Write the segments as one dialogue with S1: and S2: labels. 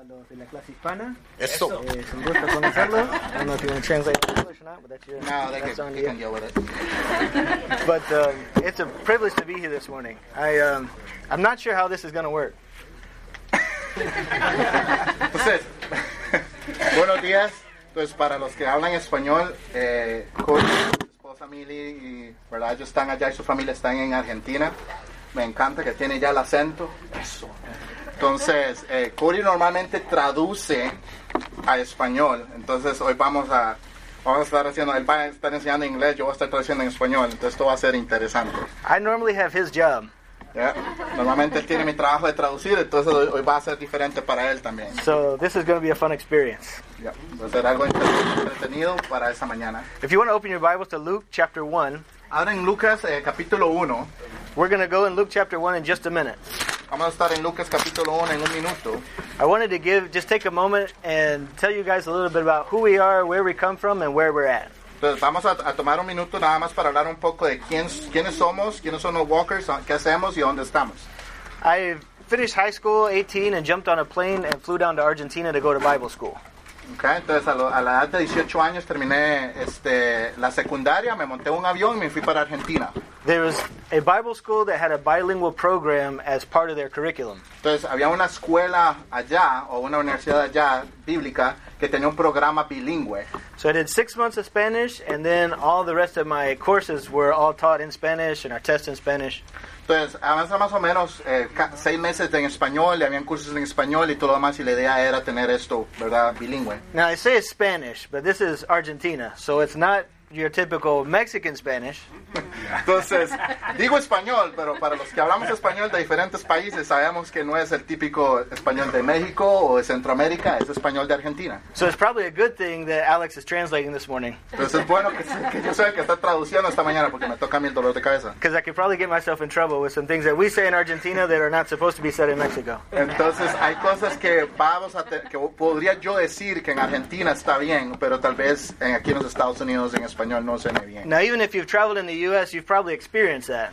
S1: a los de la clase hispana.
S2: Eso.
S1: Eh, es un gusto conocerlos. I don't know if you want to translate to English or not, but that's your
S2: No, they
S1: that's
S2: can,
S1: on
S2: they
S1: you.
S2: can deal with it.
S1: But um, it's a privilege to be here this morning. I um, I'm not sure how this is going to work.
S2: Entonces, buenos días. Entonces, para los que hablan español, eh, Coach, su esposa Mili, y, ¿verdad? Ellos están allá y su familia están en Argentina. Me encanta que tiene ya el acento. Eso. Entonces, eh, Cory normalmente traduce a español. Entonces, hoy vamos a, vamos a estar haciendo, él va a estar enseñando inglés, yo voy a estar traduciendo en español. Entonces, esto va a ser interesante.
S1: I normally have his job,
S2: ¿ya? Normalmente él tiene mi trabajo de traducir, entonces hoy, hoy va a ser diferente para él también.
S1: so this is going to be a fun experience.
S2: Ya, pues, va a ser algo entre- este entretenido para esta mañana.
S1: If you want to open your Bibles to Luke chapter 1,
S2: Ahora en Lucas eh, capítulo 1,
S1: we're going to go in Luke chapter 1 in just a minute.
S2: vamos a estar en Lucas capítulo 1 en un minuto.
S1: I wanted to give just take a moment and tell you guys a little bit about who we are, where we come from, and where we're at.
S2: Entonces vamos a, a tomar un minuto nada más para hablar un poco de quién, quiénes somos, quiénes son los walkers, a- qué hacemos y dónde estamos.
S1: I finished high school 18 and jumped on a plane and flew down to Argentina to go to Bible school.
S2: Ok, Entonces a, lo- a la edad de 18 años terminé este, la secundaria, me monté en un avión y me fui para Argentina.
S1: There was a Bible school that had a bilingual program as part of their curriculum.
S2: Entonces había una escuela allá o una universidad allá bíblica que tenía un programa bilingüe.
S1: So I did six months of Spanish, and then all the rest of my courses were all taught in Spanish and are tested in Spanish.
S2: Entonces, Pues, avanza más o menos eh, ca- seis meses en español, y habían cursos en español y todo lo demás, y la idea era tener esto, ¿verdad? Bilingüe.
S1: Now I say it's Spanish, but this is Argentina, so it's not your typical Mexican Spanish.
S2: Entonces, digo español, pero para los que hablamos español de diferentes países, sabemos que no es el típico español de México o de Centroamérica, es español de Argentina.
S1: So it's probably a good thing that Alex is translating this morning,
S2: Entonces, es bueno que, que yo soy el que está traduciendo esta mañana porque me toca a mí el dolor de cabeza.
S1: because I could probably get myself in trouble with some things that we say in Argentina that are not supposed to be said in Mexico.
S2: Entonces, hay cosas que vamos a te- que podría yo decir que en Argentina está bien, pero tal vez eh, aquí en los Estados Unidos en español no se me bien.
S1: Now, even if you've traveled in the U.S., you've probably experienced that.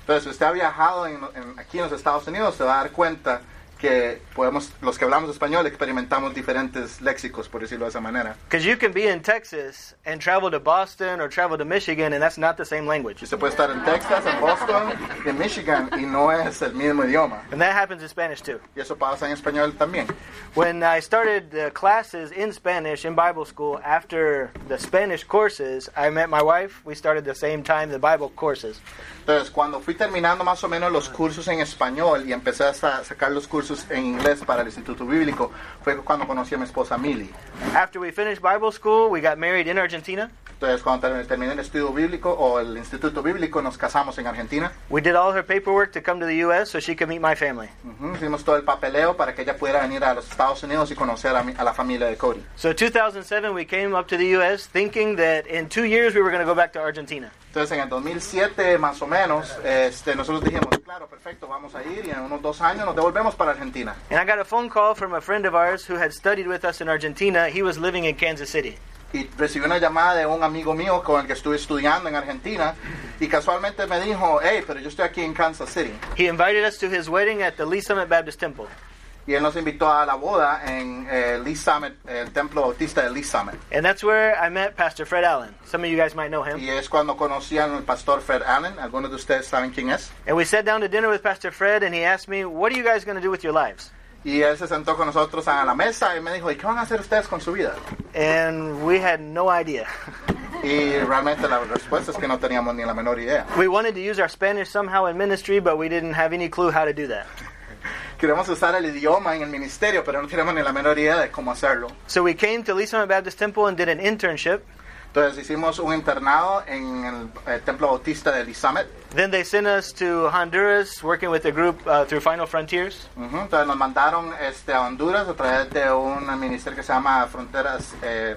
S2: Entonces, si usted ha viajado en- en- aquí en los Estados Unidos, se va a dar cuenta que podemos, los que hablamos español experimentamos diferentes léxicos, por decirlo de esa manera.
S1: Because you can be in Texas and travel to Boston or travel to Michigan, and that's not the same language.
S2: Y usted puede estar en Texas, en Boston, en Michigan, y no es el mismo idioma.
S1: And that happens in Spanish too.
S2: Y eso pasa en español también.
S1: When I started the classes in Spanish in Bible school after the Spanish courses, I met my wife. We started the same time the Bible courses.
S2: Entonces, cuando fui terminando más o menos los cursos en español y empecé a sa- sacar los cursos en inglés para el Instituto Bíblico, fue cuando conocí a mi esposa Millie.
S1: After we finished Bible school, we got married in Argentina.
S2: Entonces, cuando ter- terminé el estudio bíblico o el Instituto Bíblico, nos casamos en Argentina.
S1: We did all her paperwork to come to the U.S. so she could meet my family.
S2: Ujú, Hicimos todo el papeleo para que ella pudiera venir a los Estados Unidos y conocer a, mi- a la familia de Cody.
S1: So 2007, we came up to the U.S. thinking that in two years we were going to go back to Argentina.
S2: Entonces en el 2007 más o menos, este, nosotros dijimos, claro, perfecto, vamos a ir y en unos dos años nos devolvemos para Argentina.
S1: And I got a phone call from a friend of ours who had studied with us in Argentina. He was living in Kansas City.
S2: Y recibí una llamada de un amigo mío con el que estuve estudiando en Argentina y casualmente me dijo, hey, pero yo estoy aquí en Kansas City.
S1: He invited us to his wedding at the Lee Summit Baptist Temple.
S2: Y él nos invitó a la boda en eh, Lee Summit, el templo bautista de Lee Summit.
S1: And that's where I met Pastor Fred Allen. Some of you guys might know him.
S2: Y es cuando conocían al pastor Fred Allen, algunos de ustedes saben quién es.
S1: And we sat down to dinner with Pastor Fred, and he asked me, What are you guys going to do with your lives?
S2: Y él se sentó con nosotros a la mesa y me dijo, ¿y qué van a hacer ustedes con su vida?
S1: And we had no idea.
S2: Y realmente la respuesta es que no teníamos ni la menor idea.
S1: We wanted to use our Spanish somehow in ministry, but we didn't have any clue how to do that.
S2: Queremos usar el idioma en el ministerio, pero no tenemos ni la menor idea de cómo hacerlo.
S1: So we came to Lee Summit Baptist Temple and did an internship.
S2: Entonces hicimos un internado en el, eh, templo bautista de Elisamet.
S1: Then they sent us to Honduras, working with a group uh, through Final Frontiers.
S2: Entonces nos mandaron este, a Honduras a través de un ministerio que se llama Fronteras, eh,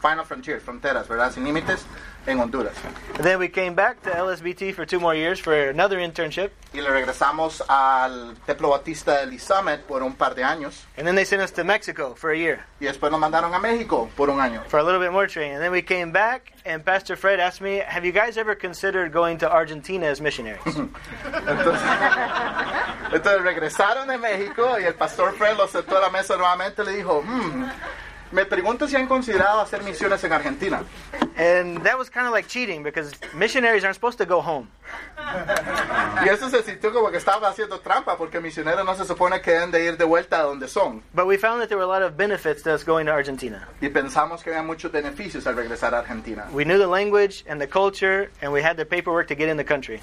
S2: Final Frontier, Fronteras, ¿verdad? Sin límites, en Honduras.
S1: And then we came back to LSBT for two more years for another internship.
S2: Y le regresamos al templo bautista de Elisamet por un par de años.
S1: And then they sent us to Mexico for a year
S2: Y después nos mandaron a México por un año.
S1: for a little bit more training. And then we came back, and Pastor Fred asked me, Have you guys ever considered going to Argentina as missionaries?
S2: Entonces, Entonces regresaron de México y el pastor Fred los sentó a la mesa nuevamente y le dijo, "Hmm, me pregunto si han considerado hacer misiones en Argentina.
S1: And that was kind of like cheating because missionaries aren't supposed to go home.
S2: Y eso se sintió como que estaba haciendo trampa porque misioneros no se supone que deben de ir de vuelta a donde son.
S1: But we found that there were a lot of benefits to us going to Argentina.
S2: Y pensamos que había muchos beneficios al regresar a Argentina.
S1: We knew the language and the culture, and we had the paperwork to get in the country.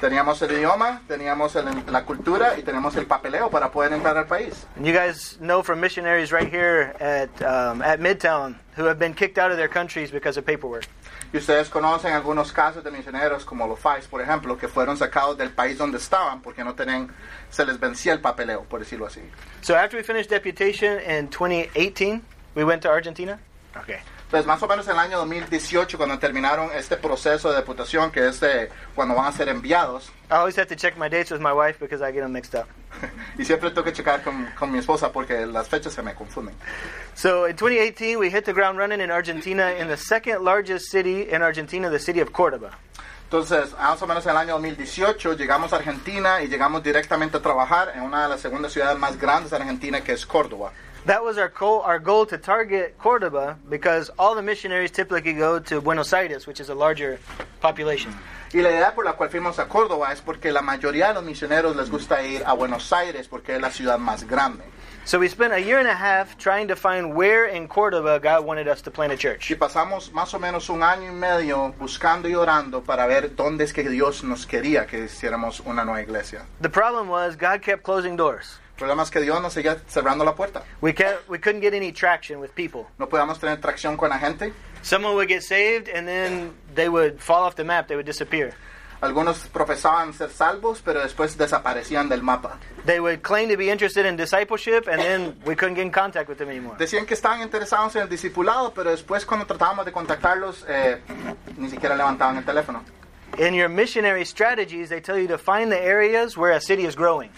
S2: Teníamos el idioma, teníamos el- la cultura y teníamos el papeleo para poder entrar al país.
S1: And you guys know from missionaries right here at, um, at Midtown who have been kicked out of their countries because of paperwork.
S2: Y ustedes conocen algunos casos de misioneros como los FAIS, por ejemplo, que fueron sacados del país donde estaban porque no tenían, se les vencía el papeleo, por decirlo así.
S1: So after we finished deputation in 2018, we went to Argentina. Okay.
S2: Entonces, más o menos en el año 2018, cuando terminaron este proceso de deputación, que es eh, cuando van a ser enviados,
S1: I always have to check my dates with my wife because I get them mixed up.
S2: y siempre tengo que checar con, con mi esposa porque las fechas se me confunden.
S1: So in 2018, we hit the ground running in Argentina in the second largest city in Argentina, the city of Cordoba.
S2: Entonces, más o menos en el año 2018 llegamos a Argentina y llegamos directamente a trabajar en una de las segundas ciudades más grandes de Argentina, que es Córdoba.
S1: That was our goal, our goal to target Cordoba because all the missionaries typically go to Buenos Aires, which is a larger population.
S2: Y la idea por la cual fuimos a Córdoba es porque la mayoría de los misioneros les gusta ir a Buenos Aires porque es la ciudad más grande.
S1: So we spent a year and a half trying to find where in Cordoba God wanted us to plant a church.
S2: Y pasamos más o menos un año y medio buscando y orando para ver dónde es que Dios nos quería que hiciéramos una nueva iglesia.
S1: The problem was God kept closing doors.
S2: El problema es que Dios nos seguía cerrando la puerta.
S1: We kept we couldn't get any traction with people.
S2: No podíamos tener tracción con la gente.
S1: Someone would get saved and then they would fall off the map, they would disappear.
S2: Algunos profesaban ser salvos, pero después desaparecían del mapa.
S1: They would claim to be interested in discipleship and then we couldn't get in contact with them anymore.
S2: Decían que estaban interesados en el discipulado, pero después cuando tratábamos de contactarlos, eh, ni siquiera levantaban el teléfono.
S1: In your missionary strategies, they tell you to find the areas where a city is growing.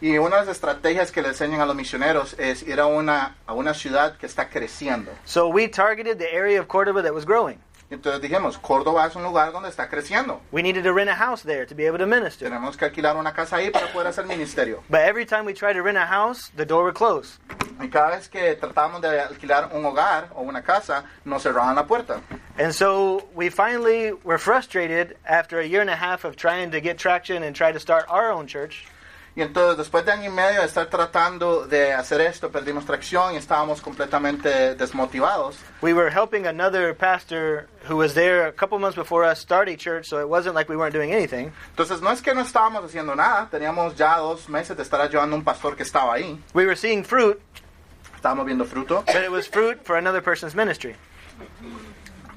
S2: Y una de las estrategias que le enseñan a los misioneros es ir a una, a una ciudad que está creciendo.
S1: So we targeted the area of Cordoba that was growing.
S2: Entonces dijimos, Córdoba es un lugar donde está creciendo.
S1: We needed to rent a house there to be able to minister.
S2: Tenemos que alquilar una casa ahí para poder hacer ministerio.
S1: But every time we tried to rent a house, the door would close.
S2: Y cada vez que tratábamos de alquilar un hogar o una casa, nos cerraban la puerta.
S1: And so we finally were frustrated after a year and a half of trying to get traction and try to start our own church.
S2: Y entonces después de año y medio de estar tratando de hacer esto, perdimos tracción y estábamos completamente desmotivados.
S1: We were helping another pastor who was there a couple months before us start a church, so it wasn't like we weren't doing anything.
S2: Entonces no es que no estábamos haciendo nada, teníamos ya dos meses de estar ayudando a un pastor que estaba ahí,
S1: We were seeing fruit,
S2: estábamos viendo fruto,
S1: but it was fruit for another person's ministry.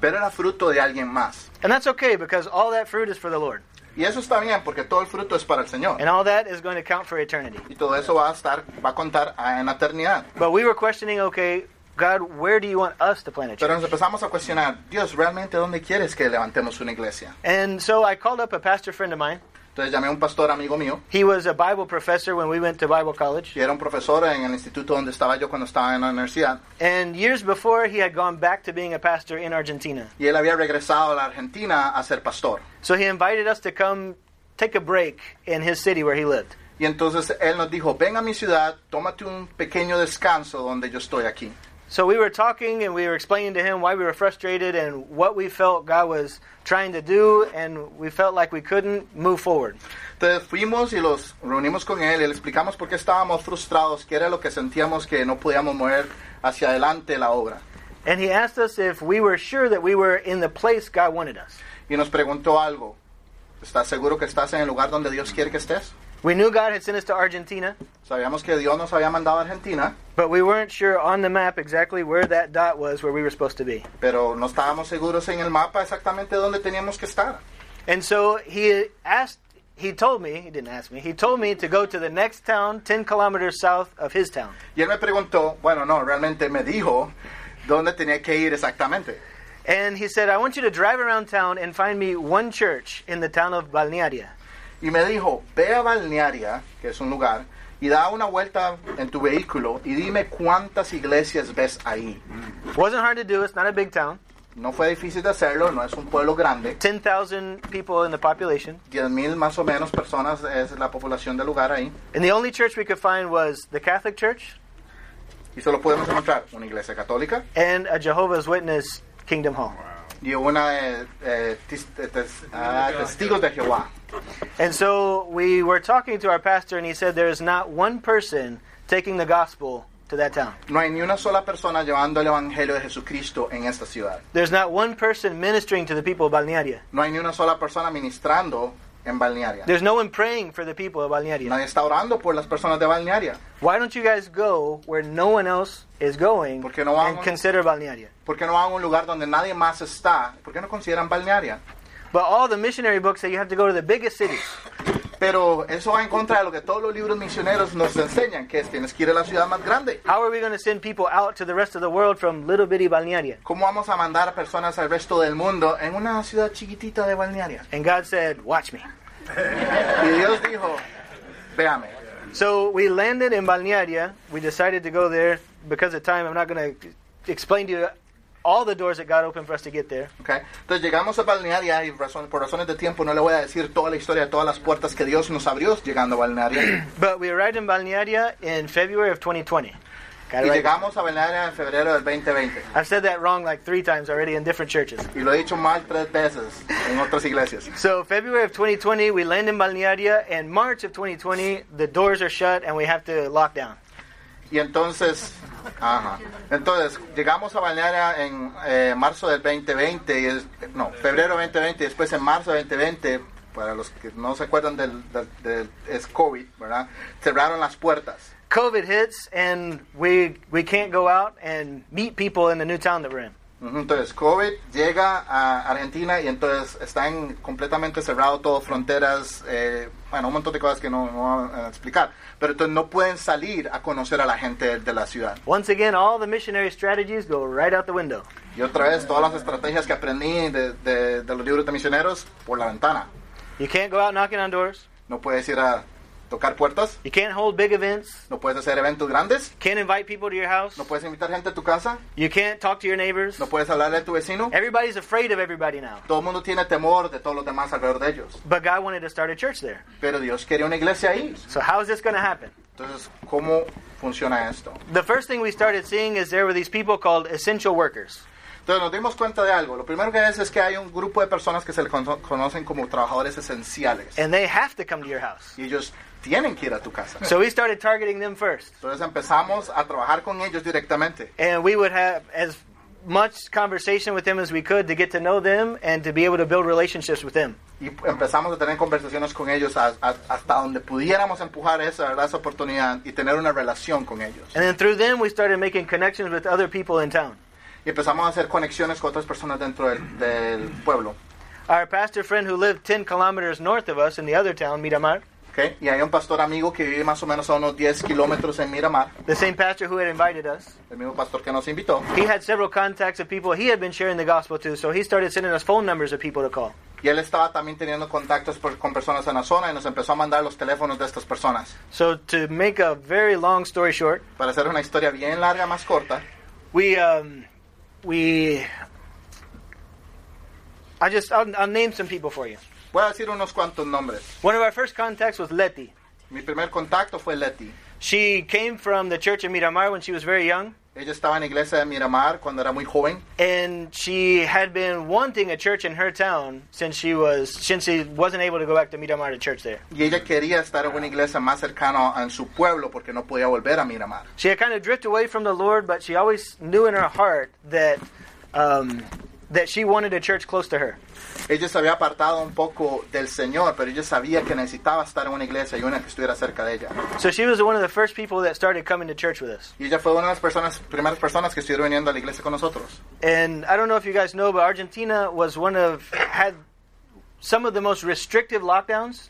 S2: pero era fruto de alguien más.
S1: And that's okay because all that fruit is for the Lord.
S2: Y eso está bien porque todo el fruto es para el Señor.
S1: And all that is going to count for eternity.
S2: Y todo eso va a estar, va a contar a- en la eternidad.
S1: But we were questioning, okay, God, where do you want us to plant a
S2: Pero
S1: church?
S2: nos empezamos a cuestionar, Dios, ¿realmente dónde quieres que levantemos una iglesia?
S1: And so I called up a pastor friend of mine.
S2: Entonces llamé a un pastor amigo mío,
S1: He was a Bible professor when we went to Bible college.
S2: que era un profesor en el instituto donde estaba yo cuando estaba en la universidad,
S1: And years before, he had gone back to being a pastor in Argentina.
S2: y él había regresado a la Argentina a ser pastor.
S1: So he invited us to come take a break in his city where he lived.
S2: Y entonces él nos dijo, ven a mi ciudad, tómate un pequeño descanso donde yo estoy aquí.
S1: So we were talking and we were explaining to him why we were frustrated and what we felt God was trying to do, and we felt like we couldn't move forward.
S2: Entonces fuimos y los reunimos con él y le explicamos por qué estábamos frustrados, qué era lo que sentíamos que no podíamos mover hacia adelante la obra.
S1: And he asked us if we were sure that we were in the place God wanted us.
S2: Y nos preguntó algo, ¿estás seguro que estás en el lugar donde Dios quiere que estés?
S1: We knew God had sent us to Argentina,
S2: Sabíamos que Dios nos había mandado a Argentina,
S1: but we weren't sure on the map exactly where that dot was where we were supposed to be.
S2: pero no estábamos seguros en el mapa exactamente dónde teníamos que estar.
S1: And so he asked, he told me, he didn't ask me, he told me to go to the next town 10 kilometers south of his town.
S2: Y él me preguntó, bueno, no, realmente me dijo dónde tenía que ir exactamente.
S1: And he said, I want you to drive around town and find me one church in the town of Balnearia.
S2: Y me dijo, ve a Balnearia, que es un lugar, y da una vuelta en tu vehículo y dime cuántas iglesias ves ahí.
S1: Wasn't hard to do, it's not a big town.
S2: No fue difícil de hacerlo, no es un pueblo grande.
S1: 10,000 people in the population.
S2: 10.000 más o menos personas es la población del lugar ahí.
S1: And the only church we could find was the Catholic Church
S2: Y solo podemos encontrar una iglesia católica
S1: and a Jehovah's Witness Kingdom Hall.
S2: y una eh, de ah, testigos de Jehová.
S1: And so we were talking to our pastor, and he said there is not one person taking the gospel to that town.
S2: No hay ni una sola persona llevando el Evangelio de Jesucristo en esta ciudad.
S1: There's not one person ministering to the people of Balnearia.
S2: No hay ni una sola persona ministrando en Balnearia.
S1: There's no one praying for the people of Balnearia.
S2: Nadie está orando por las personas de Balnearia.
S1: Why don't you guys go where no one else is going
S2: Porque no
S1: and
S2: vamos.
S1: consider Balnearia?
S2: ¿Por qué no van a un lugar donde nadie más está? ¿Por qué no consideran Balnearia?
S1: But all the missionary books say you have to go to the biggest cities.
S2: Pero eso va en contra de lo que todos los libros misioneros nos enseñan, que es tienes que ir a la ciudad más grande.
S1: How are we going to send people out to the rest of the world from little bitty Balnearia?
S2: ¿Cómo vamos a mandar a personas al resto del mundo en una ciudad chiquitita de Balnearia?
S1: And God said, Watch me.
S2: Y Dios dijo, véame.
S1: So we landed in Balnearia. We decided to go there because of time. I'm not going to explain to you all the doors that God opened for us to get there.
S2: ¿ok? Entonces llegamos a Balnearia y razón- por razones de tiempo no le voy a decir toda la historia de todas las puertas que Dios nos abrió llegando a Balnearia.
S1: But we arrived in Balnearia in February of 2020. Got
S2: Y
S1: it right.
S2: llegamos a Balnearia en febrero del 2020.
S1: I've said that wrong like three times already in different churches.
S2: Y lo he dicho mal tres veces en otras iglesias.
S1: So February of 2020, we land in Balnearia, and March of 2020, the doors are shut and we have to lock down.
S2: Y entonces, ajá. Entonces, llegamos a Balnearia en eh, marzo del 2020, y es- no, febrero 2020, y después en marzo del 2020, para los que no se acuerdan del, del- del- es COVID, ¿verdad? Cerraron las puertas.
S1: COVID hits, and we we can't go out and meet people in the new town that we're in.
S2: Ujú, Entonces, COVID llega a Argentina y entonces están completamente cerrados todo, fronteras, eh, bueno, un montón de cosas que no, no van a explicar. Pero entonces no pueden salir a conocer a la gente de- de la ciudad.
S1: Once again, all the missionary strategies go right out the window.
S2: Y otra vez, todas las estrategias que aprendí de, de- de los libros de misioneros por la ventana.
S1: You can't go out knocking on doors.
S2: No puedes ir a tocar puertas,
S1: You can't hold big events.
S2: no puedes hacer eventos grandes,
S1: Can't invite people to your house.
S2: no puedes invitar gente a tu casa,
S1: You can't talk to your neighbors.
S2: no puedes hablarle a tu vecino.
S1: Everybody's afraid of everybody now.
S2: Todo el mundo tiene temor de todos los demás alrededor de ellos.
S1: But God wanted to start a church there.
S2: Pero Dios quería una iglesia ahí.
S1: So how is this going to happen?
S2: Entonces, ¿cómo funciona esto?
S1: The first thing we started seeing is there were these people called essential workers.
S2: Entonces nos dimos cuenta de algo. Lo primero que es es que hay un grupo de personas que se le cono- conocen como trabajadores esenciales.
S1: And they have to come to your house.
S2: Y ellos tienen que ir a tu casa.
S1: So we started targeting them first.
S2: Entonces empezamos a trabajar con ellos directamente.
S1: And we would have as much conversation with them as we could to get to know them and to be able to build relationships with them.
S2: Y empezamos a tener conversaciones con ellos a- a- hasta donde pudiéramos empujar esa, ¿verdad? esa oportunidad y tener una relación con ellos.
S1: And then through them, we started making connections with other people in town.
S2: Y empezamos a hacer conexiones con otras personas dentro del, del pueblo.
S1: Our pastor friend who lived 10 kilometers north of us in the other town, Miramar,
S2: ¿ok? Y hay un pastor amigo que vive más o menos a unos 10 kilómetros en Miramar,
S1: the same pastor who had invited us,
S2: el mismo pastor que nos invitó.
S1: he had several contacts of people he had been sharing the gospel to, so he started sending us phone numbers of people to call.
S2: Y él estaba también teniendo contactos por- con personas en la zona y nos empezó a mandar los teléfonos de estas personas.
S1: So, to make a very long story short,
S2: Para hacer una historia bien larga, más corta,
S1: we, um, we, I just, I'll, I'll name some people for you.
S2: voy a decir unos cuantos nombres.
S1: One of our first contacts was Letty.
S2: Mi primer contacto fue Letty.
S1: She came from the church in Miramar when she was very young,
S2: Ella estaba en la iglesia de Miramar cuando era muy joven
S1: and she had been wanting a church in her town since she was since she wasn't able to go back to Miramar to church there.
S2: y ella quería estar en una iglesia más cercana a en su pueblo porque no podía volver a Miramar.
S1: She had kind of drifted away from the Lord, but she always knew in her heart that um, that she wanted a church close to her.
S2: Ella se había apartado un poco del Señor, pero ella sabía que necesitaba estar en una iglesia y una que estuviera cerca de ella.
S1: So she was one of the first people that started coming to church with us.
S2: Y ella fue una de las personas, primeras personas que estuvieron viniendo a la iglesia con nosotros.
S1: And I don't know if you guys know, but Argentina was one of had some of the most restrictive lockdowns.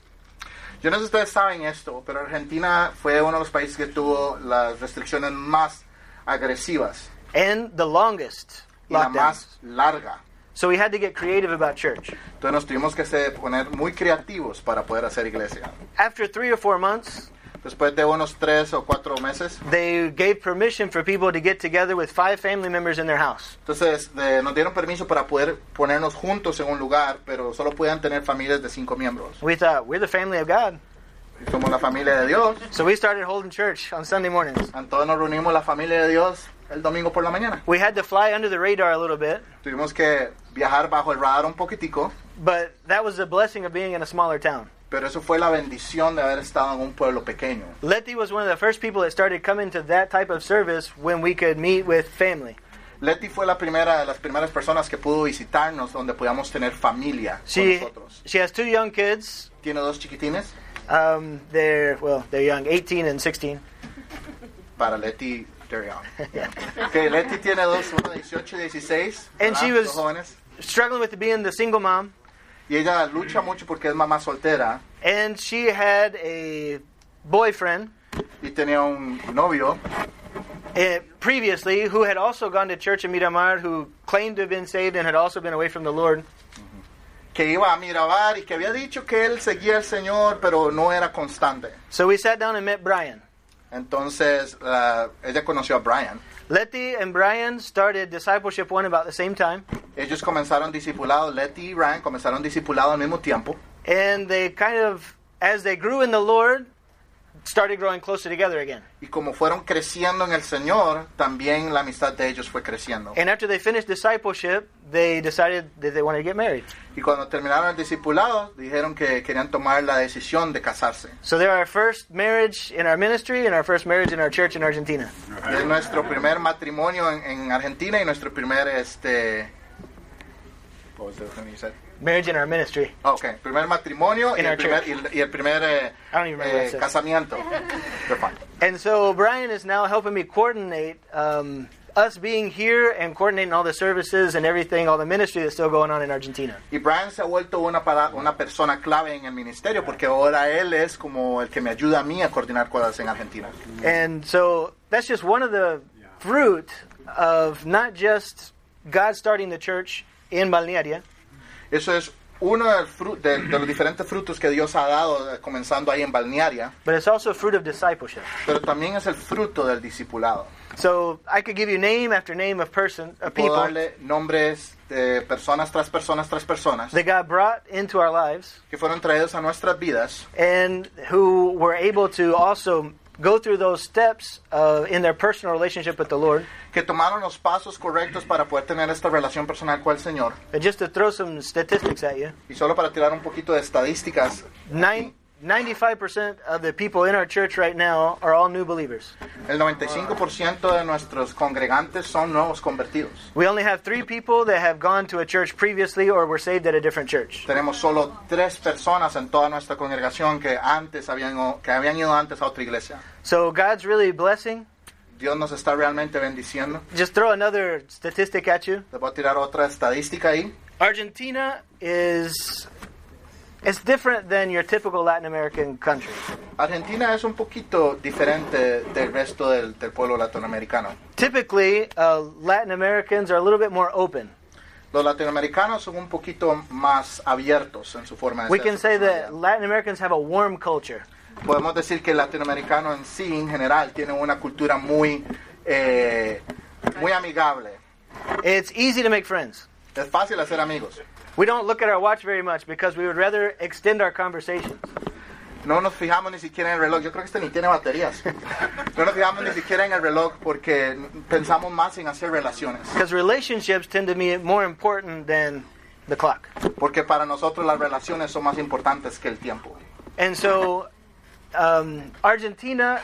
S2: Yo no sé si ustedes saben esto, pero Argentina fue uno de los países que tuvo las restricciones más agresivas
S1: and the longest
S2: y la
S1: lockdowns.
S2: más larga.
S1: So we had to get creative about church.
S2: Entonces nos tuvimos que ser- poner muy creativos para poder hacer iglesia.
S1: After three or four months,
S2: Después de unos tres o cuatro meses,
S1: They gave permission for people to get together with five family members in their house.
S2: entonces de- nos dieron permiso para poder ponernos juntos en un lugar, pero solo podían tener familias de cinco miembros.
S1: We thought, we're the family of God.
S2: Y Somos la familia de Dios,
S1: So we started holding church on Sunday mornings.
S2: entonces nos reunimos la familia de Dios el domingo por la mañana.
S1: We had to fly under the radar a little bit,
S2: Tuvimos que viajar bajo el radar un poquitico,
S1: but that was the blessing of being in a smaller town.
S2: pero eso fue la bendición de haber estado en un pueblo pequeño.
S1: Letty was one of the first people that started coming to that type of service when we could meet with family.
S2: Leti fue la primera de las primeras personas que pudo visitarnos donde podíamos tener familia
S1: She
S2: con nosotros.
S1: she has two young kids.
S2: Tiene dos chiquitines.
S1: Um, they're well, they're young, 18 and 16.
S2: Para Leti, they're young. Okay, Leti tiene dos, uno de 18 y 16.
S1: And
S2: ¿verdad?
S1: she was-
S2: Dos jóvenes.
S1: Struggling with being the single mom,
S2: Y ella lucha mucho porque es mamá soltera
S1: and she had a boyfriend
S2: y tenía un novio
S1: eh, previously who had also gone to church in Miramar, who claimed to have been saved and had also been away from the Lord.
S2: que iba a Miramar y que había dicho que él seguía al Señor, pero no era constante.
S1: So we sat down and met Brian.
S2: Entonces, la- ella conoció a Brian.
S1: Letty and Brian started Discipleship One about the same time,
S2: Ellos comenzaron discipulados, Leti y Brian comenzaron discipulados al mismo tiempo.
S1: and they kind of, as they grew in the Lord, started growing closer together again.
S2: Y como fueron creciendo en el Señor, también la amistad de ellos fue creciendo.
S1: And after they finished discipleship, they decided that they wanted to get married.
S2: Y cuando terminaron el discipulado, dijeron que querían tomar la decisión de casarse.
S1: So they're our first marriage in our ministry and our first marriage in our church in Argentina.
S2: Es nuestro primer matrimonio en, en Argentina y nuestro primer, este... what was the thing you said?
S1: Marriage in our ministry.
S2: Ah, Ok, primer matrimonio y
S1: In
S2: el
S1: our
S2: primer, y el- y el primer eh,
S1: I don't even remember what
S2: eh,
S1: it says.
S2: casamiento. They're fine.
S1: And so Brian is now helping me coordinate um, us being here and coordinating all the services and everything, all the ministry that's still going on in Argentina.
S2: Y Brian se ha vuelto una, para- una persona clave en el ministerio porque ahora él es como el que me ayuda a mí a coordinar cosas en Argentina.
S1: And so that's just one of the fruit of not just God starting the church in Balnearia,
S2: Eso es uno del fru- de, de los diferentes frutos que Dios ha dado, eh, comenzando ahí en Balnearia,
S1: but it's also fruit of discipleship.
S2: pero también es el fruto del discipulado.
S1: So I could give you name after name of person of
S2: Puedo
S1: people
S2: darle nombres de personas tras personas tras personas
S1: that God brought into our lives
S2: que fueron traídos a nuestras vidas
S1: and who were able to also go through those steps uh, in their personal relationship with the Lord.
S2: que tomaron los pasos correctos para poder tener esta relación personal con el Señor.
S1: And just to throw some statistics at you,
S2: Y solo para tirar un poquito de estadísticas,
S1: nine, 95% of the people in our church right now are all new believers.
S2: el 95% de nuestros congregantes son nuevos convertidos.
S1: We only have three people that have gone to a church previously or were saved at a different church.
S2: Tenemos solo tres personas en toda nuestra congregación que antes habían, o- que habían ido antes a otra iglesia.
S1: So God's really blessing.
S2: Dios nos está realmente bendiciendo.
S1: Just throw another statistic at you.
S2: Les voy a tirar otra estadística ahí.
S1: Argentina is it's different than your typical Latin American country.
S2: Argentina es un poquito diferente del resto del, del pueblo latinoamericano.
S1: Typically, uh, Latin Americans are a little bit more open.
S2: Los latinoamericanos son un poquito más abiertos en su forma de
S1: We
S2: ser,
S1: can
S2: su
S1: say that
S2: personalidad.
S1: Latin Americans have a warm culture.
S2: Podemos decir que el latinoamericano en sí, en general, tiene una cultura muy, eh, muy amigable.
S1: It's easy to make friends.
S2: Es fácil hacer amigos.
S1: We don't look at our watch very much because we would rather extend our conversations.
S2: No nos fijamos ni siquiera en el reloj. Yo creo que este ni tiene baterías. No nos fijamos ni siquiera en el reloj porque pensamos más en hacer relaciones.
S1: Because relationships tend to be more important than the clock.
S2: Porque para nosotros las relaciones son más importantes que el tiempo.
S1: And so, um, Argentina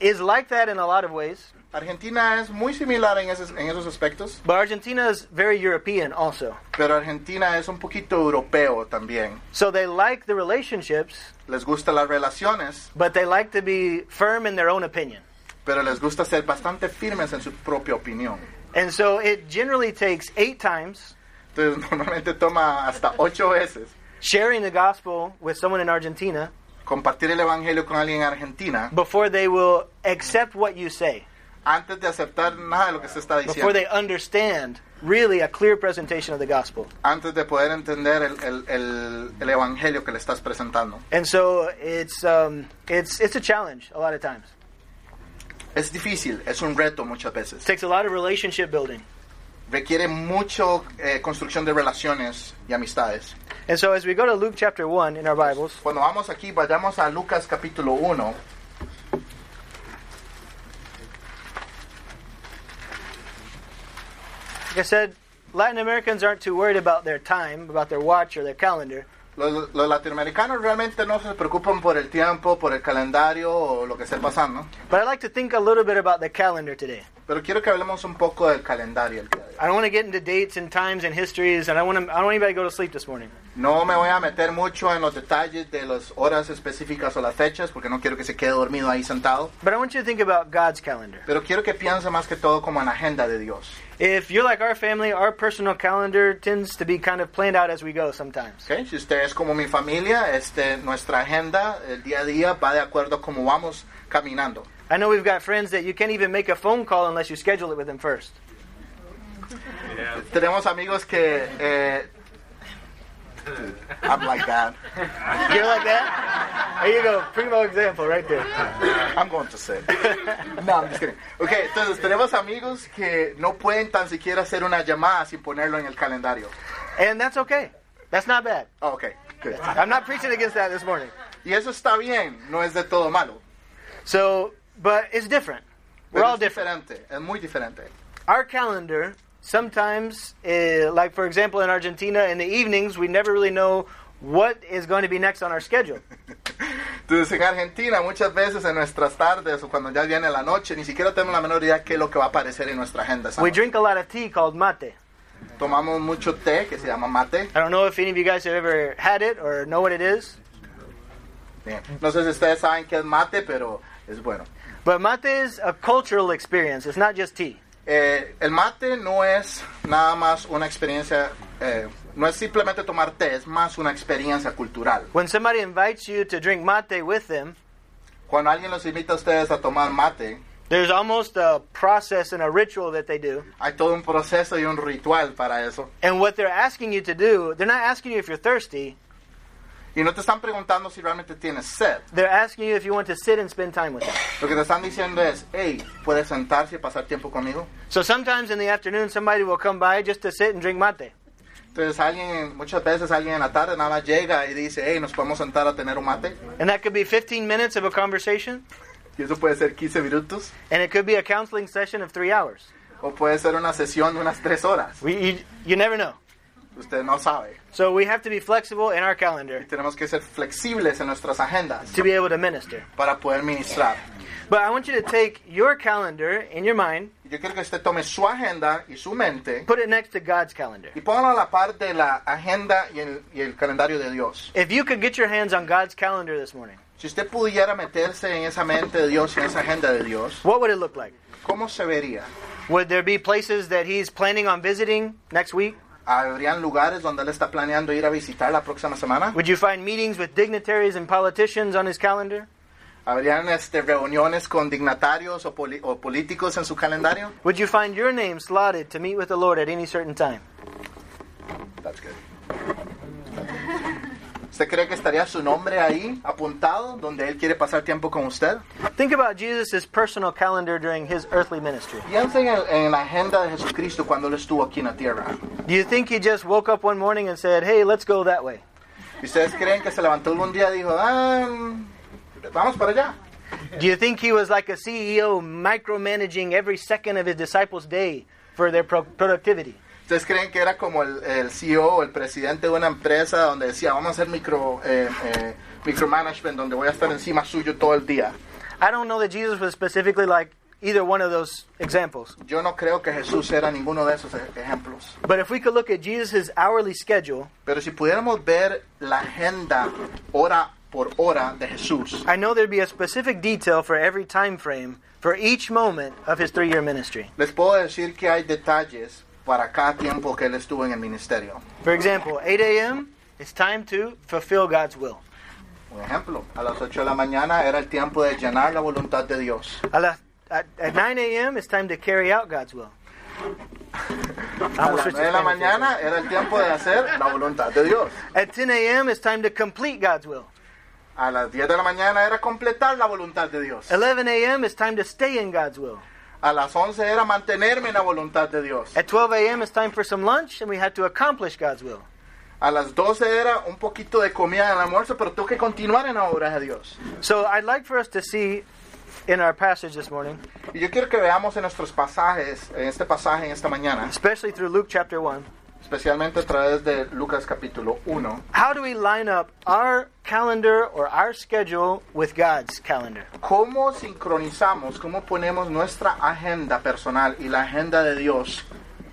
S1: is like that in a lot of ways,
S2: Argentina es muy similar en, esos- en esos aspectos,
S1: but Argentina is very European also.
S2: pero Argentina es un poquito europeo también.
S1: So they like the relationships,
S2: Les gustan las relaciones,
S1: but they like to be firm in their own opinion.
S2: pero les gusta ser bastante firmes en su propia opinión.
S1: And so it generally takes eight times
S2: Entonces normalmente toma hasta ocho veces
S1: sharing the gospel with someone in Argentina
S2: compartir el Evangelio con alguien en Argentina
S1: before they will accept what you say.
S2: antes de aceptar nada de lo que se está diciendo,
S1: before they understand really a clear presentation of the gospel.
S2: antes de poder entender el, el- el- el evangelio que le estás presentando.
S1: And so it's um, it's it's a challenge a lot of times.
S2: Es difícil, es un reto muchas
S1: It
S2: veces.
S1: takes a lot of relationship building.
S2: Requiere mucho eh, construcción de relaciones y amistades.
S1: And so as we go to Luke chapter 1 in our Bibles,
S2: Cuando vamos aquí, vayamos a Lucas capítulo 1.
S1: like I said, Latin Americans aren't too worried about their time, about their watch or their calendar.
S2: Los, los latinoamericanos realmente no se preocupan por el tiempo, por el calendario o lo que esté pasando.
S1: But I'd like to think a little bit about the calendar today.
S2: Pero quiero que hablemos un poco del calendario. el día de hoy.
S1: I don't want to get into dates and times and histories, and I want to, I don't want anybody to go to sleep this morning.
S2: No me voy a meter mucho en los detalles de las horas específicas o las fechas porque no quiero que se quede dormido ahí sentado.
S1: But I want you to think about God's calendar.
S2: Pero quiero que piense más que todo como en la agenda de Dios.
S1: If you're like our family, our personal calendar tends to be kind of planned out as we go sometimes.
S2: ¿ok? Si usted es como mi familia, este, nuestra agenda, el día a día, va de acuerdo a cómo vamos caminando.
S1: I know we've got friends that you can't even make a phone call unless you schedule it with them first.
S2: Tenemos amigos que... eh, I'm like that.
S1: You're like that? There you go. Primo example right there.
S2: I'm going to say. No, I'm just kidding. Ok, entonces tenemos amigos que no pueden tan siquiera hacer una llamada sin ponerlo en el calendario.
S1: And that's okay. That's not bad.
S2: Ah, ok, good.
S1: I'm not preaching against that this morning.
S2: Y eso está bien, no es de todo malo.
S1: So, but it's different. We're
S2: Pero
S1: all
S2: es
S1: different.
S2: diferente, es muy diferente.
S1: Our calendar sometimes, eh, like for example in Argentina, in the evenings, we never really know what is going to be next on our schedule.
S2: Entonces en Argentina muchas veces en nuestras tardes o cuando ya viene la noche ni siquiera tenemos la menor idea qué es lo que va a aparecer en nuestra agenda. esa
S1: We
S2: noche.
S1: drink a lot of tea called mate.
S2: Tomamos mucho té que se llama mate.
S1: I don't know if any of you guys have ever had it or know what it is,
S2: Bien. No sé si ustedes saben qué es mate, pero es bueno.
S1: but mate is a cultural experience. It's not just tea.
S2: Eh, el mate no es nada más una experiencia, eh, no es simplemente tomar té, es más una experiencia cultural.
S1: When somebody invites you to drink mate with them,
S2: Cuando alguien los invita a ustedes a tomar mate,
S1: there's almost a process and a ritual that they do.
S2: hay todo un proceso y un ritual para eso.
S1: And what they're asking you to do, they're not asking you if you're thirsty,
S2: Y no te están preguntando si realmente tienes sed.
S1: they're asking you if you want to sit and spend time with them.
S2: Lo que te están diciendo es, hey, ¿puedes sentarse y pasar tiempo conmigo?
S1: So sometimes in the afternoon, somebody will come by just to sit and drink mate.
S2: Entonces alguien, muchas veces alguien en la tarde nada más llega y dice, hey, ¿nos podemos sentar a tener un mate?
S1: And that could be 15 minutes of a conversation,
S2: Y eso puede ser 15 minutos
S1: and it could be a counseling session of three hours.
S2: o puede ser una sesión de unas 3 horas.
S1: We, you, you never know.
S2: Usted no sabe.
S1: So we have to be flexible in our calendar
S2: Tenemos que ser flexibles en nuestras agendas
S1: to be able to minister.
S2: para poder ministrar.
S1: But I want you to take your calendar in your mind,
S2: Yo quiero que usted tome su agenda y su mente
S1: put it next to God's calendar.
S2: y póngalo a la par de la agenda y el, y el calendario de Dios.
S1: If you could get your hands on God's calendar this morning,
S2: Si usted pudiera meterse en esa mente de Dios, en esa agenda de Dios,
S1: what would it look like?
S2: ¿cómo se vería?
S1: Would there be places that he's planning on visiting next week?
S2: ¿Habrían lugares donde él está planeando ir a visitar la próxima semana?
S1: Would you find meetings with dignitaries and politicians on his calendar?
S2: ¿Habrían este, reuniones con dignatarios o, poli- o políticos en su calendario?
S1: Would you find your name slotted to meet with the Lord at any certain time?
S2: That's good. ¿Usted cree que estaría su nombre ahí apuntado donde él quiere pasar tiempo con usted?
S1: Think about Jesus' personal calendar during his earthly ministry.
S2: Piensa en, el- en la agenda de Jesucristo cuando él estuvo aquí en la tierra.
S1: Do you think he just woke up one morning and said, hey, let's go that way?
S2: ¿Y ustedes creen que se levantó algún día y dijo, ah, vamos para allá?
S1: Do you think he was like a CEO micromanaging every second of his disciples' day for their pro- productivity?
S2: ¿Ustedes creen que era como el, el CEO o el presidente de una empresa donde decía, vamos a hacer micro, eh, eh, micromanagement, donde voy a estar encima suyo todo el día?
S1: I don't know that Jesus was specifically like either one of those examples.
S2: Yo no creo que Jesús era ninguno de esos ej- ejemplos.
S1: But if we could look at Jesus' hourly schedule,
S2: Pero si pudiéramos ver la agenda hora por hora de Jesús,
S1: I know there'd be a specific detail for every time frame for each moment of his three year ministry.
S2: les puedo decir que hay detalles para cada tiempo que él estuvo en el ministerio.
S1: For example, 8 a.m., it's time to fulfill God's will.
S2: Un ejemplo, a las 8 de la mañana era el tiempo de llenar la voluntad de Dios.
S1: A las, at, at 9 a.m. it's time to carry out God's will.
S2: A las 9 de la mañana era el tiempo de hacer la voluntad de Dios.
S1: At 10 a.m. it's time to complete God's will.
S2: A las 10 de la mañana era completar la voluntad de Dios.
S1: 11 a.m. it's time to stay in God's will.
S2: A las 11 era mantenerme en la voluntad de Dios.
S1: At 12 a.m. it's time for some lunch and we had to accomplish God's will.
S2: A las 12 era un poquito de comida en el almuerzo, pero tengo que continuar en la obra de Dios.
S1: So I'd like for us to see in our passage this morning,
S2: Y yo quiero que veamos en nuestros pasajes, en este pasaje en esta mañana,
S1: especially through Luke chapter 1,
S2: especialmente a través de Lucas capítulo 1,
S1: how do we line up our calendar or our schedule with God's calendar?
S2: cómo sincronizamos, cómo ponemos nuestra agenda personal y la agenda de Dios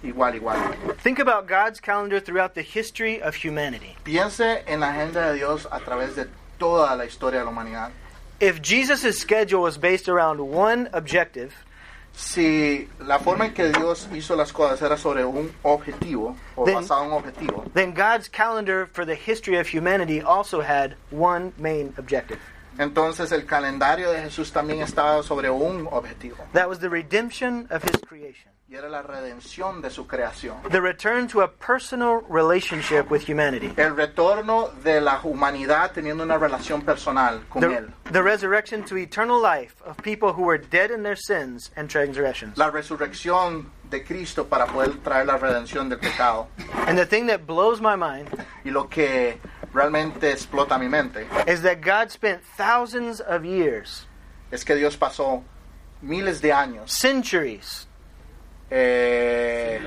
S2: igual, igual.
S1: Think about God's calendar throughout the history of humanity.
S2: Piense en la agenda de Dios a través de toda la historia de la humanidad.
S1: If Jesus' schedule was based around one objective,
S2: Si la forma en que Dios hizo las cosas era sobre un objetivo o
S1: Then-
S2: basado en un objetivo,
S1: then God's calendar for the history of humanity also had one main objective.
S2: entonces el calendario de Jesús también estaba sobre un objetivo
S1: That was the redemption of his creation,
S2: y era la redención de su creación.
S1: the return to a personal relationship with humanity,
S2: El retorno de la humanidad teniendo una relación personal con
S1: the,
S2: Él.
S1: the resurrection to eternal life of people who were dead in their sins and transgressions.
S2: La resurrección de Cristo para poder traer la redención del pecado.
S1: And the thing that blows my mind
S2: Y lo que realmente explota mi mente
S1: is that God spent thousands of years,
S2: es que Dios pasó miles de años,
S1: centuries,
S2: eh,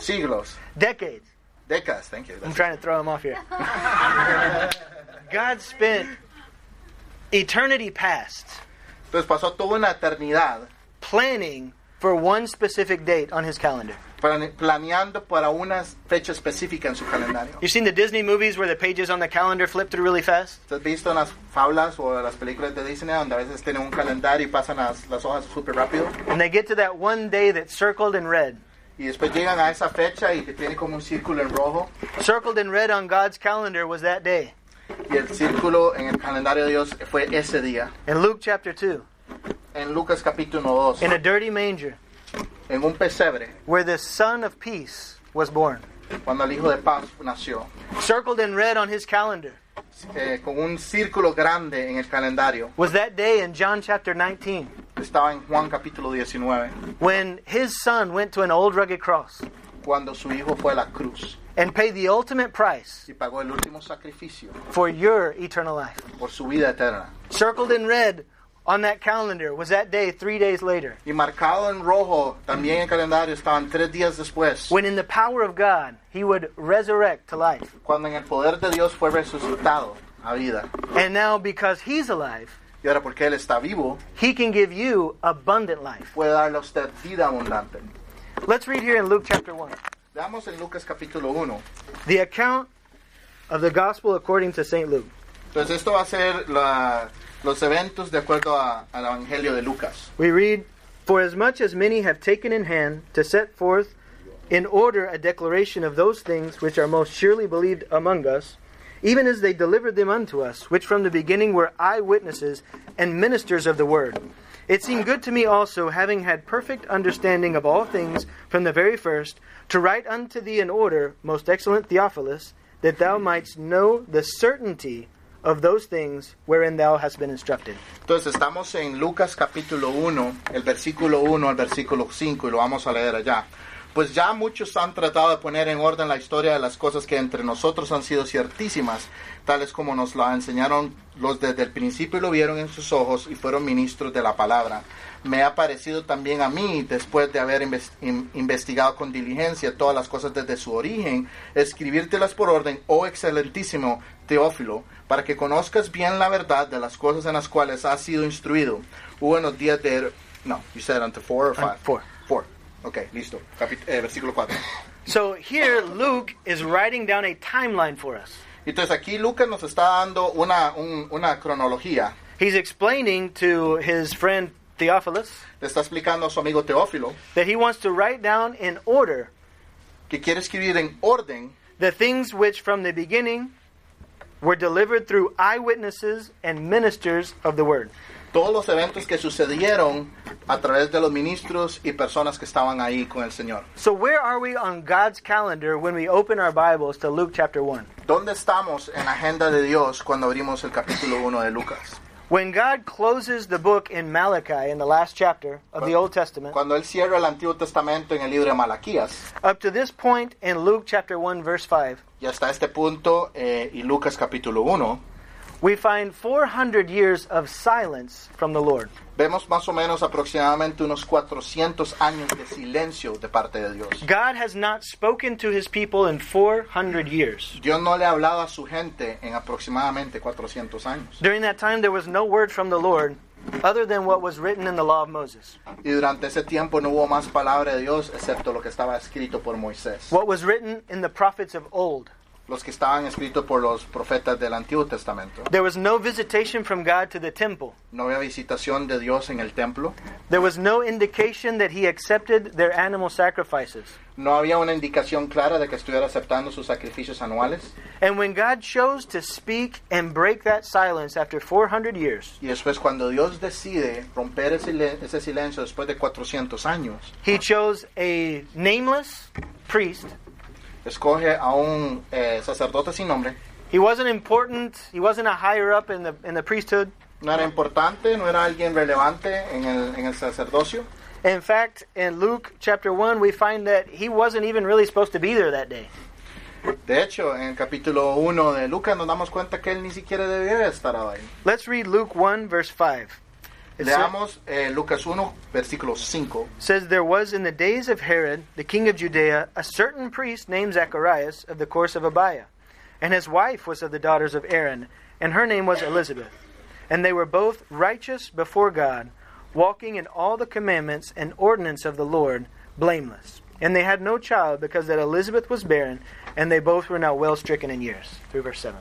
S2: siglos,
S1: decades.
S2: décadas, thank you.
S1: I'm trying to throw him off here. God spent eternity past
S2: Entonces pasó toda una eternidad
S1: planning for one specific date on his calendar.
S2: plane- planeando para una fecha específica en su calendario.
S1: You've seen the Disney movies where the pages on the calendar flip through really fast?
S2: ¿Has visto en las fábulas o en las películas de Disney donde a veces tienen un calendario y pasan las, las hojas súper rápido?
S1: And they get to that one day that's circled in red.
S2: Y después llegan a esa fecha y que tiene como un círculo en rojo.
S1: Circled in red on God's calendar was that day.
S2: Y el círculo en el calendario de Dios fue ese día.
S1: In Luke chapter 2,
S2: En Lucas capítulo 2,
S1: in a dirty manger,
S2: en un pesebre,
S1: where the Son of Peace was born.
S2: cuando el Hijo de Paz nació,
S1: Circled in red on his calendar
S2: eh, con un círculo grande en el calendario,
S1: was that day in John chapter 19,
S2: estaba en Juan capítulo 19,
S1: when his Son went to an old rugged cross.
S2: cuando su Hijo fue a la cruz
S1: and pay the ultimate price
S2: y pagó el último sacrificio
S1: for your eternal life.
S2: por su vida eterna.
S1: Circled in red on that calendar was that day three days later,
S2: Y marcado en rojo también en el calendario estaban tres días después,
S1: when in the power of God, he would resurrect to life.
S2: cuando en el poder de Dios fue resucitado a vida.
S1: And now, because he's alive,
S2: Y ahora porque Él está vivo,
S1: he can give you abundant life.
S2: puede darle a usted vida abundante.
S1: Let's read here in Luke chapter 1
S2: Veamos en Lucas capítulo 1.
S1: the account of the gospel according to St. Luke.
S2: Entonces esto va a ser la- los eventos de acuerdo a- al Evangelio de Lucas.
S1: We read, For as much as many have taken in hand to set forth in order a declaration of those things which are most surely believed among us, even as they delivered them unto us, which from the beginning were eyewitnesses and ministers of the word. It seemed good to me also, having had perfect understanding of all things from the very first, to write unto thee in order, most excellent Theophilus, that thou mightst know the certainty of those things wherein thou hast been instructed.
S2: Entonces estamos en Lucas capítulo 1, el versículo 1 al versículo 5 y lo vamos a leer allá. Pues ya muchos han tratado de poner en orden la historia de las cosas que entre nosotros han sido ciertísimas, tales como nos la enseñaron los desde el principio y lo vieron en sus ojos y fueron ministros de la palabra. Me ha parecido también a mí, después de haber inves- in- investigado con diligencia todas las cosas desde su origen, escribírtelas por orden, oh excelentísimo Teófilo, para que conozcas bien la verdad de las cosas en las cuales has sido instruido. Hubo en los días de... No, you said unto four or
S1: Un-
S2: five.
S1: four.
S2: Four. Ok, listo. Capi- eh, versículo 4.
S1: So here, Luke is writing down a timeline for us.
S2: Entonces aquí Lucas nos está dando una, un- una cronología.
S1: He's explaining to his friend Theophilus
S2: Le está explicando a su amigo Teófilo
S1: that he wants to write down in order
S2: que quiere escribir en orden
S1: the things which from the beginning were delivered through eyewitnesses and ministers of the word.
S2: todos los eventos que sucedieron a través de los ministros y personas que estaban ahí con el Señor.
S1: So, where are we on God's calendar when we open our Bibles to Luke chapter 1?
S2: ¿Dónde estamos en la agenda de Dios cuando abrimos el capítulo 1 de Lucas?
S1: When God closes the book in Malachi, in the last chapter of the Old Testament,
S2: Cuando Él cierra el Antiguo Testamento en el libro de Malaquías,
S1: up to this point in Luke chapter 1, verse 5,
S2: y hasta este punto, eh, y Lucas capítulo 1,
S1: we find 400 years of silence from the Lord.
S2: vemos más o menos aproximadamente unos 400 años de silencio de parte de Dios.
S1: God has not spoken to his people in 400 years.
S2: Dios no le ha hablado a su gente en aproximadamente 400 años.
S1: During that time, there was no word from the Lord other than what was written in the law of Moses.
S2: Y durante ese tiempo no hubo más palabra de Dios excepto lo que estaba escrito por Moisés,
S1: What was written in the prophets of old.
S2: los que estaban escritos por los profetas del Antiguo Testamento.
S1: There was no visitation from God to the temple.
S2: No había visitación de Dios en el templo,
S1: There was no indication that he accepted their animal sacrifices.
S2: no había una indicación clara de que estuviera aceptando sus sacrificios anuales.
S1: And when God chose to speak and break that silence after 400 years,
S2: Y después cuando Dios decide romper el silen- ese silencio después de 400 años,
S1: he chose a nameless priest.
S2: escoge a un eh, sacerdote sin nombre.
S1: He wasn't important, he wasn't a higher up in the, in the priesthood.
S2: No era importante, no era alguien relevante en el, en el sacerdocio.
S1: In fact, in Luke chapter 1, we find that he wasn't even really supposed to be there that day.
S2: De hecho, en el capítulo 1 de Lucas nos damos cuenta que él ni siquiera debía estar ahí.
S1: Let's read Luke 1, verse 5. It sa-
S2: Leamos eh, Lucas 1, versículo 5.
S1: says, There was in the days of Herod, the king of Judea, a certain priest named Zacharias of the course of Abiah, and his wife was of the daughters of Aaron, and her name was Elizabeth. And they were both righteous before God, walking in all the commandments and ordinance of the Lord, blameless. And they had no child because that Elizabeth was barren, and they both were now well stricken in years. Through verse 7.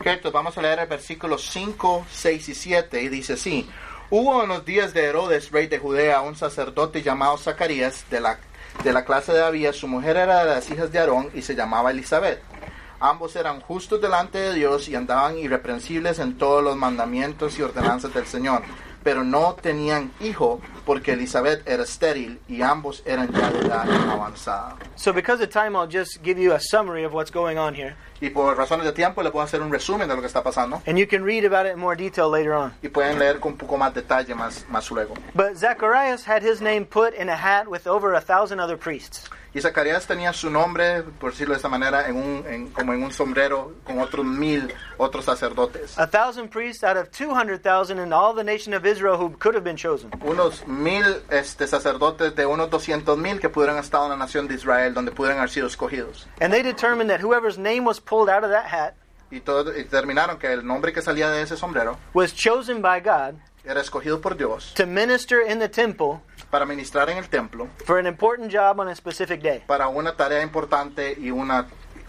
S2: Ok, entonces vamos a leer el versículo 5, 6 y 7 y dice así. Hubo en los días de Herodes, rey de Judea, un sacerdote llamado Zacarías de la, de la clase de Abías. Su mujer era de las hijas de Aarón y se llamaba Elizabeth. Ambos eran justos delante de Dios y andaban irreprensibles en todos los mandamientos y ordenanzas del Señor. Pero no tenían hijo porque Elizabeth era estéril y ambos eran ya de edad avanzada.
S1: So, because of time, I'll just give you a summary of what's going on here,
S2: Y por razones de tiempo le puedo hacer un resumen de lo que está pasando.
S1: and you can read about it in more detail later on.
S2: y pueden leer con un poco más detalle más, más luego.
S1: But Zacharias had his name put in a hat with over a thousand other priests.
S2: Y Zacarías tenía su nombre, por decirlo de esta manera, en un, en- como en un sombrero con otros mil otros sacerdotes.
S1: A thousand priests out of 200,000 in all the nation of Israel who could have been chosen.
S2: Unos mil este, sacerdotes de unos doscientos mil que pudieran haber estado en la nación de Israel, donde pudieran haber sido escogidos.
S1: And they determined that whoever's name was pulled out of that hat
S2: Y, todo, y determinaron que el nombre que salía de ese sombrero
S1: was chosen by God
S2: era escogido por Dios
S1: to minister in the temple
S2: para ministrar en el templo,
S1: for an important job on a specific day.
S2: para una tarea importante y una,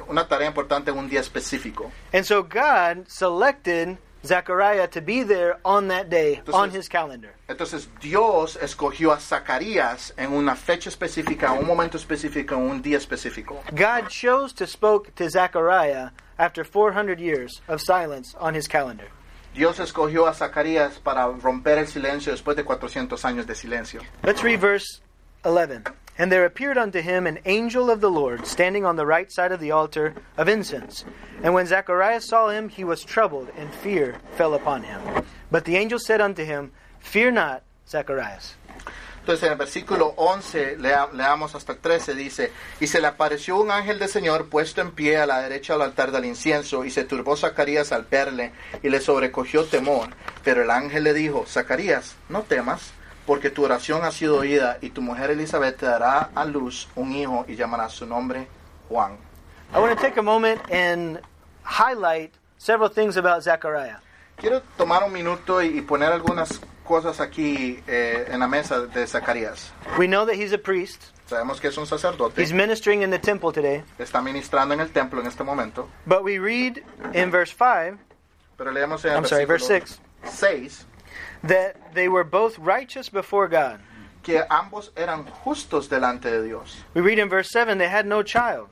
S2: una tarea importante en un día específico.
S1: And so God selected Zechariah to be there on that day
S2: This
S1: on
S2: is-
S1: his calendar.
S2: Entonces Dios escogió a Zacarías en una fecha específica, un momento específico, un día específico.
S1: God chose to spoke to Zechariah after 400 years of silence on his calendar.
S2: Dios escogió a Zacarías para romper el silencio después de 400 años de silencio.
S1: Let's read verse 11. And there appeared unto him an angel of the Lord, standing on the right side of the altar of incense. And when Zacharias saw him, he was troubled, and fear fell upon him. But the angel said unto him, Fear not, Zacharias.
S2: Entonces en el versículo 11, lea- leamos hasta el 13, dice, y se le apareció un ángel del Señor puesto en pie a la derecha del altar del incienso, y se turbó Zacarías al verle, y le sobrecogió temor. Pero el ángel le dijo, Zacarías, no temas, porque tu oración ha sido oída, y tu mujer Elizabeth te dará a luz un hijo, y llamará su nombre Juan.
S1: I want to take a moment and highlight several things about Zechariah.
S2: Quiero tomar un minuto y, y poner algunas cosas aquí eh, en la mesa de Zacarías.
S1: We know that he's a priest,
S2: Sabemos que es un sacerdote,
S1: he's ministering in the temple today.
S2: está ministrando en el templo en este momento.
S1: But we read in verse 5
S2: Pero leemos en el
S1: I'm sorry, verse
S2: 6
S1: that they were both righteous before God.
S2: que ambos eran justos delante de Dios.
S1: We read in verse 7 they had no child.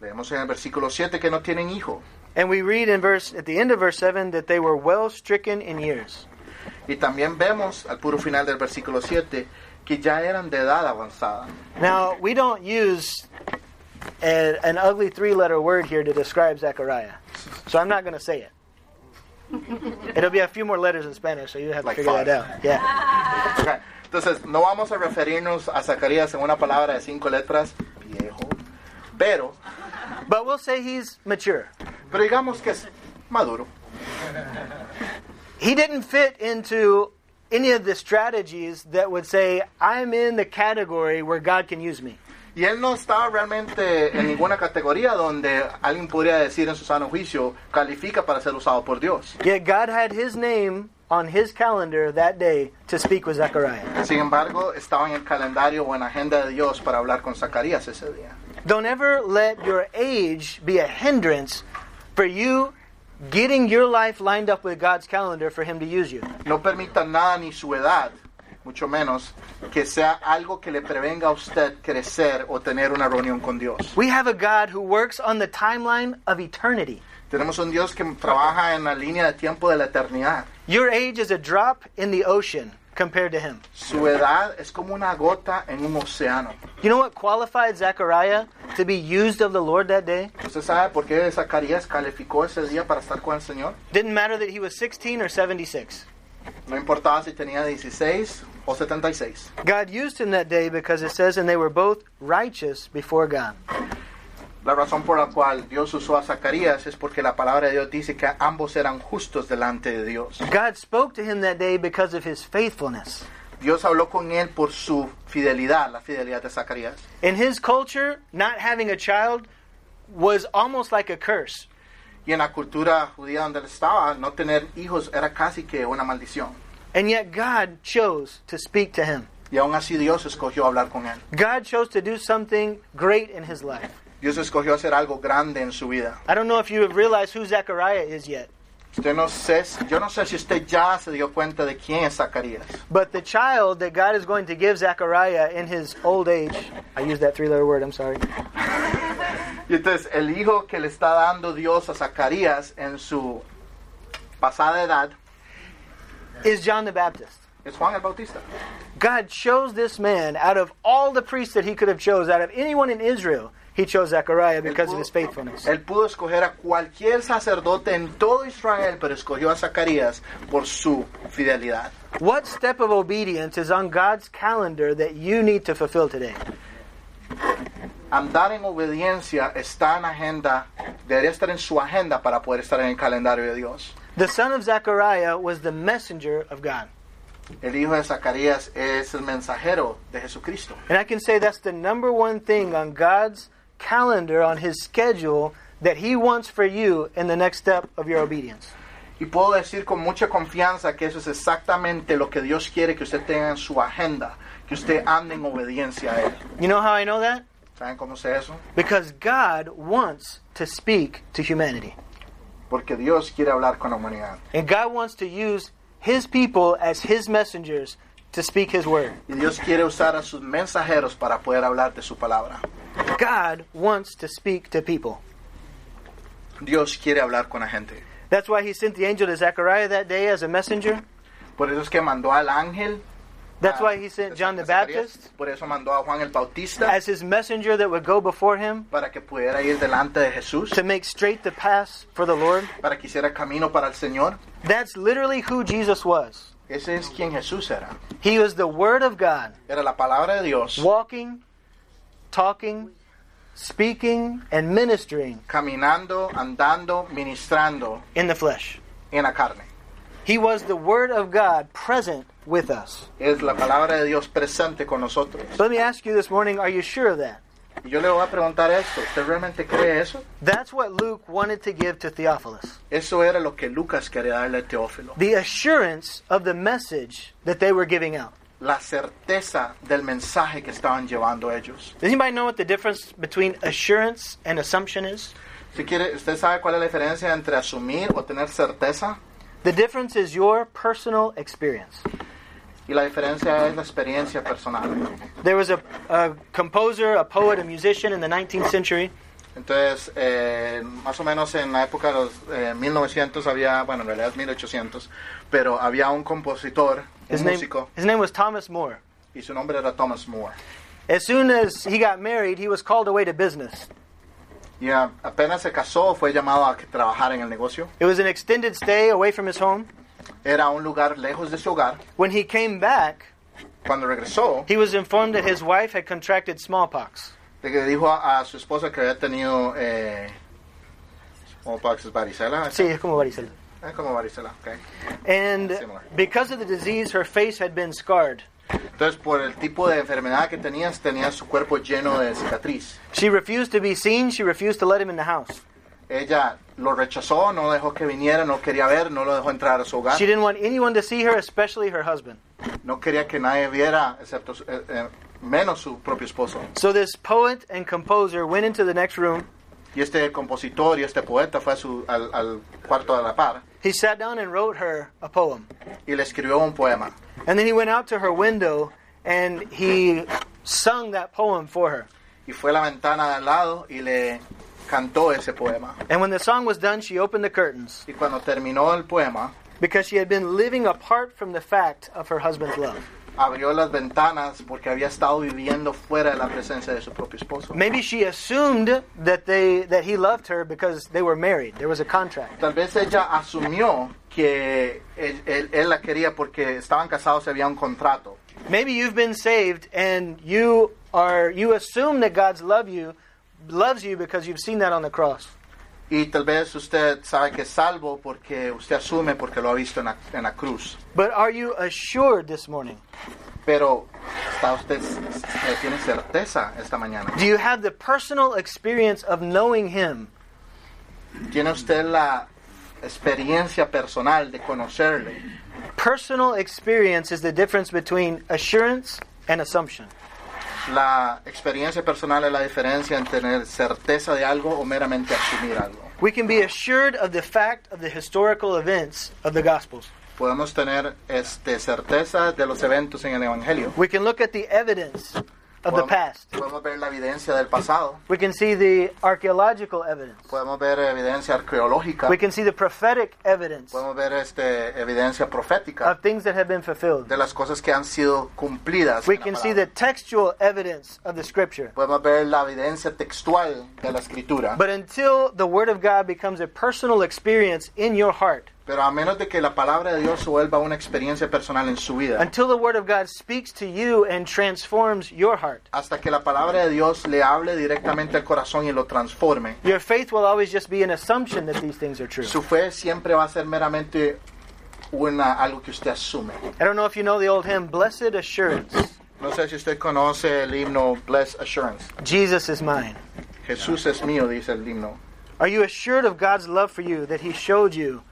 S2: Leemos en el versículo 7 que no tienen hijo.
S1: And we read in verse at the end of verse 7 that they were well stricken in years.
S2: Y también vemos al puro final del versículo 7 que ya eran de edad avanzada.
S1: Now, we don't use a, an ugly three letter word here to describe Zechariah, so I'm not going to say it. It'll be a few more letters in Spanish, so you have to
S2: Like
S1: figure
S2: five.
S1: that out. Yeah.
S2: Ok, Entonces, no vamos a referirnos a Zacarías en una palabra de cinco letras, viejo, pero,
S1: But we'll say he's mature.
S2: pero digamos que es maduro.
S1: He didn't fit into any of the strategies that would say, I'm in the category where God can use me.
S2: Y él no estaba realmente en ninguna categoría donde alguien podría decir en su sano juicio, califica para ser usado por Dios.
S1: Yet God had his name on his calendar that day to speak with Zechariah.
S2: Sin embargo, estaba en el calendario o en la agenda de Dios para hablar con Zacarías ese día.
S1: Don't ever let your age be a hindrance for you getting your life lined up with God's calendar for him to use you.
S2: No permitan nada ni su edad, mucho menos que sea algo que le prevenga a usted crecer o tener una reunión con Dios.
S1: We have a God who works on the timeline of eternity.
S2: Tenemos un Dios que trabaja en la línea de tiempo de la eternidad.
S1: Your age is a drop in the ocean compared to him.
S2: Su edad es como una gota en un océano.
S1: You know what qualified Zechariah to be used of the Lord that day?
S2: ¿Usted sabe por qué Zacarías calificó ese día para estar con el Señor?
S1: Didn't matter that he was 16 or 76.
S2: No importaba si tenía 16 o 76.
S1: God used him that day because it says, and they were both righteous before God.
S2: La razón por la cual Dios usó a Zacarías es porque la palabra de Dios dice que ambos eran justos delante de Dios.
S1: God spoke to him that day because of his faithfulness.
S2: Dios habló con él por su fidelidad, la fidelidad de Zacarías.
S1: In his culture, not having a child was almost like a curse.
S2: Y en la cultura judía donde él estaba, no tener hijos era casi que una maldición.
S1: And yet God chose to speak to him.
S2: Y aún así Dios escogió hablar con él.
S1: God chose to do something great in his life.
S2: Dios escogió hacer algo grande en su vida.
S1: I don't know if you have realized who Zechariah is yet,
S2: Usted no sé, yo no sé si usted ya se dio cuenta de quién es Zacarías.
S1: but the child that God is going to give Zechariah in his old age, I used that three letter word, I'm sorry.
S2: Y entonces el hijo que le está dando Dios a Zacarías en su pasada edad
S1: is John the Baptist.
S2: es Juan el Bautista.
S1: God chose this man out of all the priests that he could have chose, out of anyone in Israel, he chose Zechariah because of his faithfulness.
S2: Él pudo escoger a cualquier sacerdote en todo Israel, pero escogió a Zacarías por su fidelidad.
S1: What step of obedience is on God's calendar that you need to fulfill today?
S2: Andar en obediencia está en agenda, debería estar en su agenda para poder estar en el calendario de Dios.
S1: The son of Zechariah was the messenger of God.
S2: El hijo de Zacarías es el mensajero de Jesucristo.
S1: And I can say that's the number one thing on God's calendar, on his schedule, that he wants for you in the next step of your obedience.
S2: Y puedo decir con mucha confianza que eso es exactamente lo que Dios quiere que usted tenga en su agenda, que usted ande en obediencia a Él.
S1: You know how I know that?
S2: ¿Saben cómo sé eso?
S1: Because God wants to speak to humanity.
S2: Porque Dios quiere hablar con la humanidad.
S1: And God wants to use His people as His messengers to speak His word.
S2: Y Dios quiere usar a sus mensajeros para poder hablar de su palabra.
S1: God wants to speak to people.
S2: Dios quiere hablar con la gente.
S1: That's why He sent the angel to Zechariah that day as a messenger.
S2: Por eso es que mandó al ángel.
S1: That's
S2: a-
S1: why He sent John the
S2: a Zacarías.
S1: Baptist
S2: Por eso mandó a Juan el Bautista
S1: as His messenger that would go before Him
S2: para que pudiera ir delante de Jesús,
S1: to make straight the path for the Lord.
S2: para que hiciera camino para el Señor.
S1: That's literally who Jesus was.
S2: Ese es quien Jesús era.
S1: He was the Word of God,
S2: Era la palabra de Dios.
S1: walking, talking, speaking, and ministering
S2: caminando, andando, ministrando
S1: in the flesh.
S2: en la carne.
S1: He was the Word of God present with us.
S2: Es la palabra de Dios presente con nosotros.
S1: So let me ask you this morning, are you sure of that?
S2: Y yo le voy a preguntar esto, ¿usted realmente cree eso?
S1: That's what Luke wanted to give to Theophilus.
S2: Eso era lo que Lucas quería darle a Teófilo,
S1: The assurance of the message that they were giving out.
S2: la certeza del mensaje que estaban llevando ellos.
S1: Does anybody know what the difference between assurance and assumption is?
S2: Si quiere, ¿usted sabe cuál es la diferencia entre asumir o tener certeza?
S1: The difference is your personal experience.
S2: Y la diferencia es la experiencia personal.
S1: There was a, a composer, a poet, a musician in the 19th century
S2: Entonces, eh, más o menos en la época de los eh, 1900 había, bueno, en realidad es 1800, pero había un compositor,
S1: His
S2: un
S1: name,
S2: músico,
S1: his name was Thomas More.
S2: y su nombre era Thomas Moore.
S1: As soon as he got married, he was called away to business.
S2: Y a- apenas se casó, fue llamado a que trabajar en el negocio.
S1: It was an extended stay away from his home.
S2: Era un lugar lejos de su hogar.
S1: When he came back,
S2: Cuando regresó,
S1: he was informed that his wife had contracted smallpox.
S2: de que dijo a, a su esposa que había tenido eh, smallpox, es varicela.
S1: Sí, es como varicela.
S2: Es como varicela, ok.
S1: And
S2: Similar.
S1: because of the disease, her face had been scarred.
S2: Entonces, por el tipo de enfermedad que tenías, tenía su cuerpo lleno de cicatriz.
S1: She refused to be seen. She refused to let him in the house.
S2: Ella lo rechazó, no dejó que viniera, no quería ver, no lo dejó entrar a su hogar.
S1: She didn't want anyone to see her, especially her husband.
S2: No quería que nadie viera, excepto su- eh, eh, menos su propio esposo.
S1: So this poet and composer went into the next room.
S2: Y este compositor y este poeta fue a su- al, al cuarto de la par
S1: He sat down and wrote her a poem.
S2: y le escribió un poema.
S1: And then he went out to her window and he sung that poem for her.
S2: Y fue a la ventana de al lado y le cantó ese poema.
S1: And when the song was done, she opened the curtains
S2: Y cuando terminó el poema,
S1: because she had been living apart from the fact of her husband's love.
S2: abrió las ventanas porque había estado viviendo fuera de la presencia de su propio esposo.
S1: Maybe she assumed that they that he loved her because they were married. There was a contract.
S2: Tal vez ella asumió que él, él- él la quería porque estaban casados y había un contrato.
S1: Maybe you've been saved and you are you assume that God's love you loves you because you've seen that on the cross.
S2: Y tal vez usted sabe que es salvo porque usted asume porque lo ha visto en la, en la cruz.
S1: But are you assured this morning?
S2: Pero ¿está usted eh, tiene certeza esta mañana?
S1: Do you have the personal experience of knowing him?
S2: ¿Tiene usted la experiencia personal de conocerle?
S1: Personal experience is the difference between assurance and assumption.
S2: La experiencia personal es la diferencia en tener certeza de algo o meramente asumir algo.
S1: We can be assured of the fact of the historical events of the Gospels.
S2: Podemos tener este, certeza de los eventos en el Evangelio.
S1: We can look at the evidence of the
S2: Podemos-
S1: past.
S2: Podemos ver la evidencia del pasado,
S1: We can see the archaeological evidence.
S2: podemos ver evidencia arqueológica,
S1: We can see the prophetic evidence
S2: podemos ver este, evidencia profética
S1: of things that have been fulfilled.
S2: de las cosas que han sido cumplidas.
S1: We
S2: en la
S1: can see the
S2: palabra.
S1: textual evidence of the scripture.
S2: Podemos ver la evidencia textual de la escritura.
S1: But until the Word of God becomes a personal experience in your heart,
S2: Pero a menos de que la palabra de Dios se vuelva una experiencia personal en su vida,
S1: until the Word of God speaks to you and transforms your heart,
S2: hasta que la palabra de Dios le hable directamente al corazón y lo transforme,
S1: your faith will always just be an assumption that these things are true.
S2: su fe siempre va a ser meramente una, algo que usted asume.
S1: I don't know if you know the old hymn, Blessed Assurance,
S2: No sé si usted conoce el himno Blessed Assurance.
S1: Jesus is mine.
S2: Jesús es mío, dice el himno.
S1: Are you assured of God's love for you that He showed you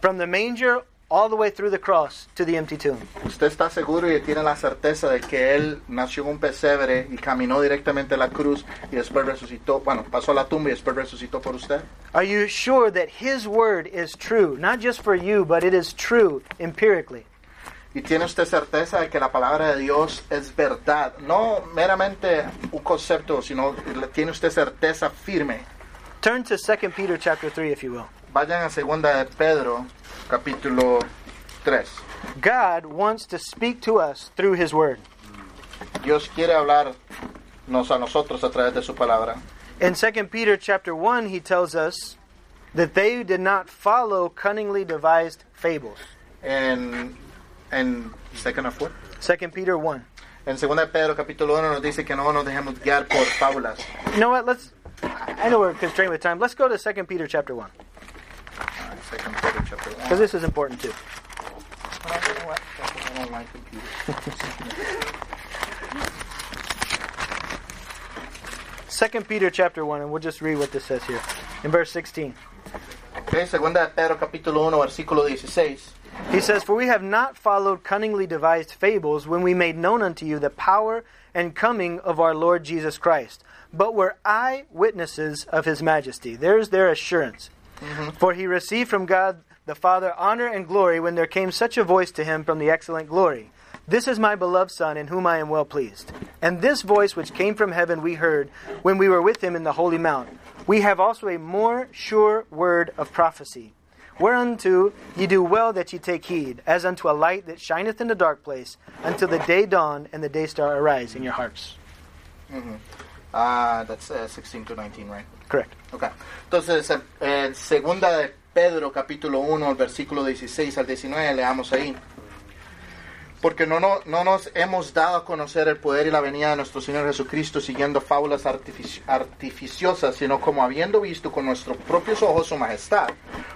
S1: from the manger all the way through the cross to the empty tomb?
S2: Usted está seguro y tiene la certeza de que Él nació en un pesebre y caminó directamente a la cruz y después resucitó, bueno, pasó a la tumba y después resucitó por usted.
S1: Are you sure that His Word is true, not just for you, but it is true empirically?
S2: Y tiene usted certeza de que la palabra de Dios es verdad, no meramente un concepto, sino le- tiene usted certeza firme.
S1: Turn to 2 Peter chapter 3, if you will.
S2: Vayan a segunda de Pedro, capítulo 3.
S1: God wants to speak to us through His Word.
S2: Dios quiere hablarnos a nosotros a través de su palabra.
S1: In 2 Peter chapter 1, he tells us that they did not follow cunningly devised fables.
S2: En, en, second of what?
S1: 2 Peter 1.
S2: En 2 de Pedro capítulo 1 nos dice que no nos dejemos guiar por fábulas.
S1: You know what? Let's. I know we're constrained with time. Let's go to 2 Peter chapter 1,
S2: Second Peter chapter one.
S1: because this is important too.
S2: I don't know what- I don't like computers.
S1: 2 Peter chapter 1, and we'll just read what this says here. In verse 16,
S2: Ok, segunda de Pedro capítulo 1 versículo 16.
S1: he says, For we have not followed cunningly devised fables when we made known unto you the power and coming of our Lord Jesus Christ, but were eyewitnesses of his majesty. There's their assurance. For he received from God the Father honor and glory when there came such a voice to him from the excellent glory. This is my beloved Son, in whom I am well pleased. And this voice which came from heaven we heard when we were with him in the holy mount. we have also a more sure word of prophecy. Whereunto ye do well that ye take heed, as unto a light that shineth in the dark place, until the day dawn and the day star arise in your hearts.
S2: Ah, that's uh, 16 to 19, right?
S1: Correct.
S2: Ok. Entonces, en- en segunda de Pedro, capítulo 1, versículo 16 al 19, leamos ahí. Porque no, no, no nos hemos dado a conocer el poder y la venida de nuestro Señor Jesucristo siguiendo fábulas artifici- artificiosas, sino como habiendo visto con nuestros propios ojos su majestad.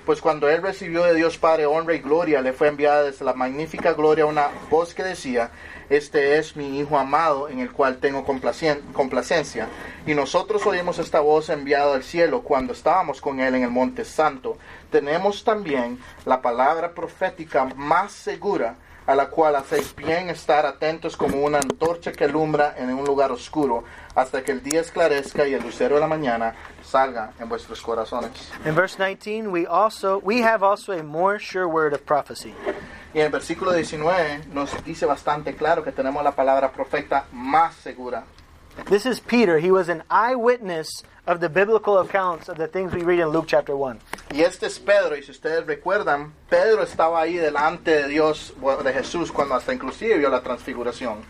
S2: Pues cuando Él recibió de Dios Padre honra y gloria, le fue enviada desde la magnífica gloria una voz que decía, Este es mi Hijo amado en el cual tengo complacien- complacencia. Y nosotros oímos esta voz enviada al cielo cuando estábamos con Él en el Monte Santo. Tenemos también la palabra profética más segura a la cual hacéis bien estar atentos como una antorcha que alumbra en un lugar oscuro, hasta que el día esclarezca y el lucero de la mañana salga en vuestros corazones.
S1: In verse 19, we also we have also a more sure word of prophecy.
S2: Y en el versículo 19 nos dice bastante claro que tenemos la palabra profeta más segura.
S1: This is Peter. He was an eyewitness of the biblical accounts of the things we read in Luke chapter 1.
S2: Y este es Pedro, y si ustedes recuerdan, Pedro estaba ahí delante de Dios, bueno, de Jesús, cuando hasta inclusive vio la transfiguración.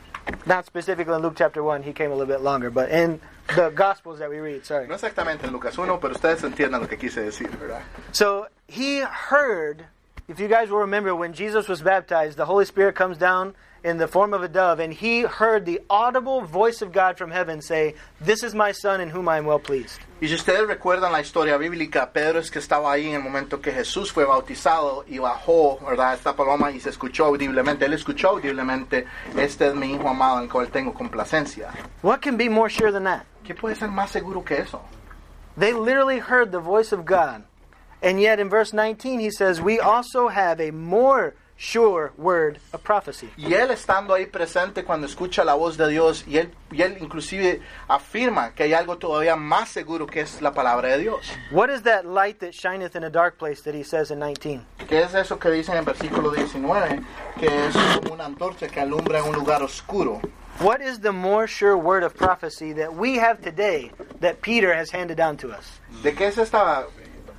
S1: Not specifically in Luke chapter 1, he came a little bit longer, but in the Gospels that we read, sorry.
S2: No exactamente en Lucas 1, pero ustedes entiendan lo que quise decir, ¿verdad?
S1: So he heard, if you guys will remember, when Jesus was baptized, the Holy Spirit comes down in the form of a dove, and he heard the audible voice of God from heaven say, This is my son in whom I am well pleased.
S2: Y si ustedes recuerdan la historia bíblica, Pedro es que estaba ahí en el momento que Jesús fue bautizado y bajó, ¿verdad? Esta paloma y se escuchó audiblemente. Él escuchó audiblemente, este es mi hijo amado en el cual tengo complacencia.
S1: What can be more sure than that?
S2: ¿Qué puede ser más seguro que eso?
S1: They literally heard the voice of God. And yet in verse 19, he says, We also have a more sure word of prophecy.
S2: Y él estando ahí presente cuando escucha la voz de Dios y él, y él inclusive afirma que hay algo todavía más seguro que es la palabra de Dios.
S1: What is that light that shineth in a dark place that he says in 19?
S2: ¿Qué es eso que dice en el versículo 19? Que es como una antorcha que alumbra en un lugar oscuro.
S1: What is the more sure word of prophecy that we have today that Peter has handed down to us?
S2: ¿De qué es esta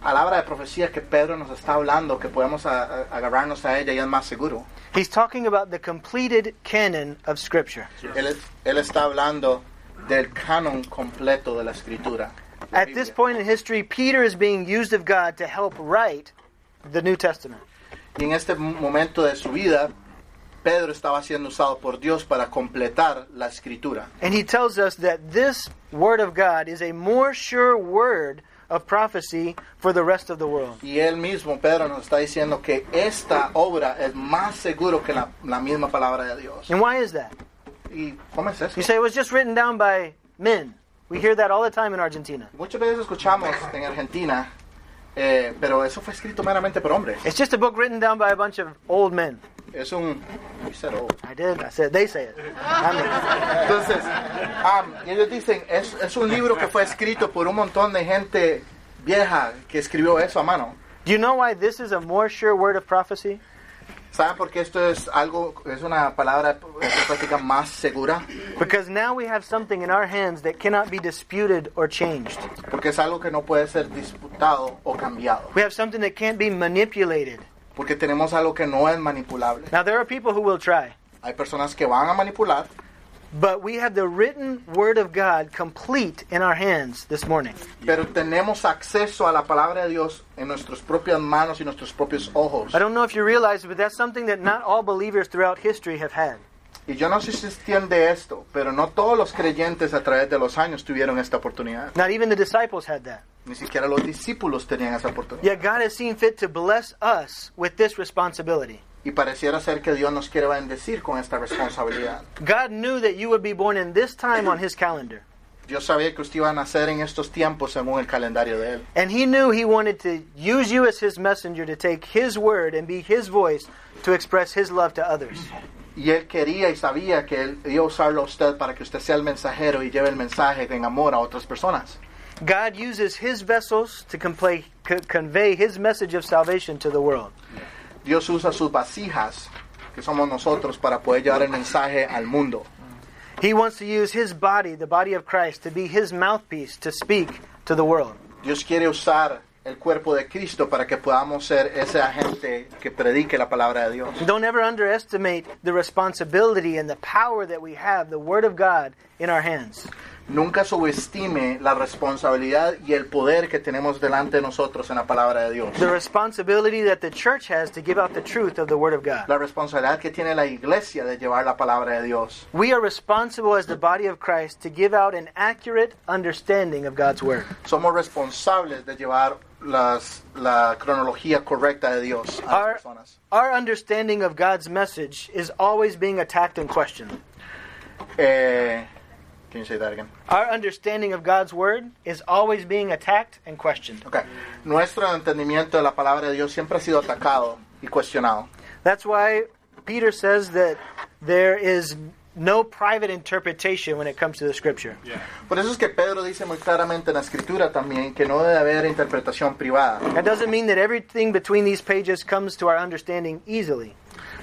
S2: palabra de profecía que Pedro nos está hablando, que podemos a- a- agarrarnos a ella y es más seguro?
S1: He's talking about the completed canon of Scripture.
S2: Él, es- él está hablando del canon completo de la escritura. la
S1: At this
S2: Biblia.
S1: point in history, Peter is being used of God to help write the New Testament.
S2: Y en este momento de su vida, Pedro estaba siendo usado por Dios para completar la escritura.
S1: And he tells us that this word of God is a more sure word of prophecy for the rest of the world.
S2: Y él mismo, Pedro, nos está diciendo que esta obra es más seguro que la, la misma palabra de Dios.
S1: And why is that?
S2: ¿Y cómo es eso?
S1: You say it was just written down by men. We hear that all the time in Argentina.
S2: Muchas veces escuchamos en Argentina, eh, pero eso fue escrito meramente por hombres.
S1: It's just a book written down by a bunch of old men.
S2: Es un... you said old.
S1: I did. I said they say it. I'm-
S2: Entonces, am, y ellos dicen, es, es un libro que fue escrito por un montón de gente vieja que escribió eso a mano.
S1: Do you know why this is a more sure word of prophecy?
S2: ¿Saben por qué esto es algo, es una palabra profética más segura?
S1: Because now we have something in our hands that cannot be disputed or changed.
S2: Porque es algo que no puede ser disputado o cambiado.
S1: We have something that can't be manipulated.
S2: Porque tenemos algo que no es manipulable.
S1: Now there are people who will try,
S2: Hay personas que van a manipular,
S1: but we have the written word of God complete in our hands this morning.
S2: pero tenemos acceso a la palabra de Dios en nuestras propias manos y nuestros propios ojos.
S1: I don't know if you realize, but that's something that not all believers throughout history have had.
S2: Y yo no sé si se entiende esto, pero no todos los creyentes a través de los años tuvieron esta oportunidad.
S1: Not even the disciples had that.
S2: Ni siquiera los discípulos tenían esa oportunidad.
S1: Yet God has seen fit to bless us with this responsibility.
S2: Y pareciera ser que Dios nos quiere bendecir con esta responsabilidad.
S1: God knew that you would be born in this time on his calendar.
S2: Dios sabía que usted iba a nacer en estos tiempos según el calendario de Él.
S1: And he knew he wanted to use you as his messenger to take his word and be his voice to express his love to others.
S2: Y Él quería y sabía que Él iba a usarlo a usted para que usted sea el mensajero y lleve el mensaje en amor a otras personas.
S1: God uses his vessels to compla- co- convey his message of salvation to the world.
S2: Dios usa sus vasijas, que somos nosotros, para poder llevar el mensaje al mundo.
S1: He wants to use his body, the body of Christ, to be his mouthpiece to speak to the world.
S2: Dios quiere usar el cuerpo de Cristo para que podamos ser ese agente que predique la palabra de Dios.
S1: Don't ever underestimate the responsibility and the power that we have, the Word of God, in our hands.
S2: Nunca subestime la responsabilidad y el poder que tenemos delante de nosotros en la palabra de Dios.
S1: The responsibility that the church has to give out the truth of the Word of God.
S2: La responsabilidad que tiene la iglesia de llevar la palabra de Dios.
S1: We are responsible as the body of Christ to give out an accurate understanding of God's Word.
S2: Somos responsables de llevar las- la cronología correcta de Dios a las
S1: Our,
S2: personas.
S1: our understanding of God's message is always being attacked and questioned.
S2: Eh, can you say that again?
S1: Our understanding of God's Word is always being attacked and questioned.
S2: Ok. Nuestro entendimiento de la palabra de Dios siempre ha sido atacado y cuestionado.
S1: That's why Peter says that there is no private interpretation when it comes to the scripture.
S2: Por eso es que Pedro dice muy claramente en la escritura también que no debe haber interpretación privada.
S1: That doesn't mean that everything between these pages comes to our understanding easily.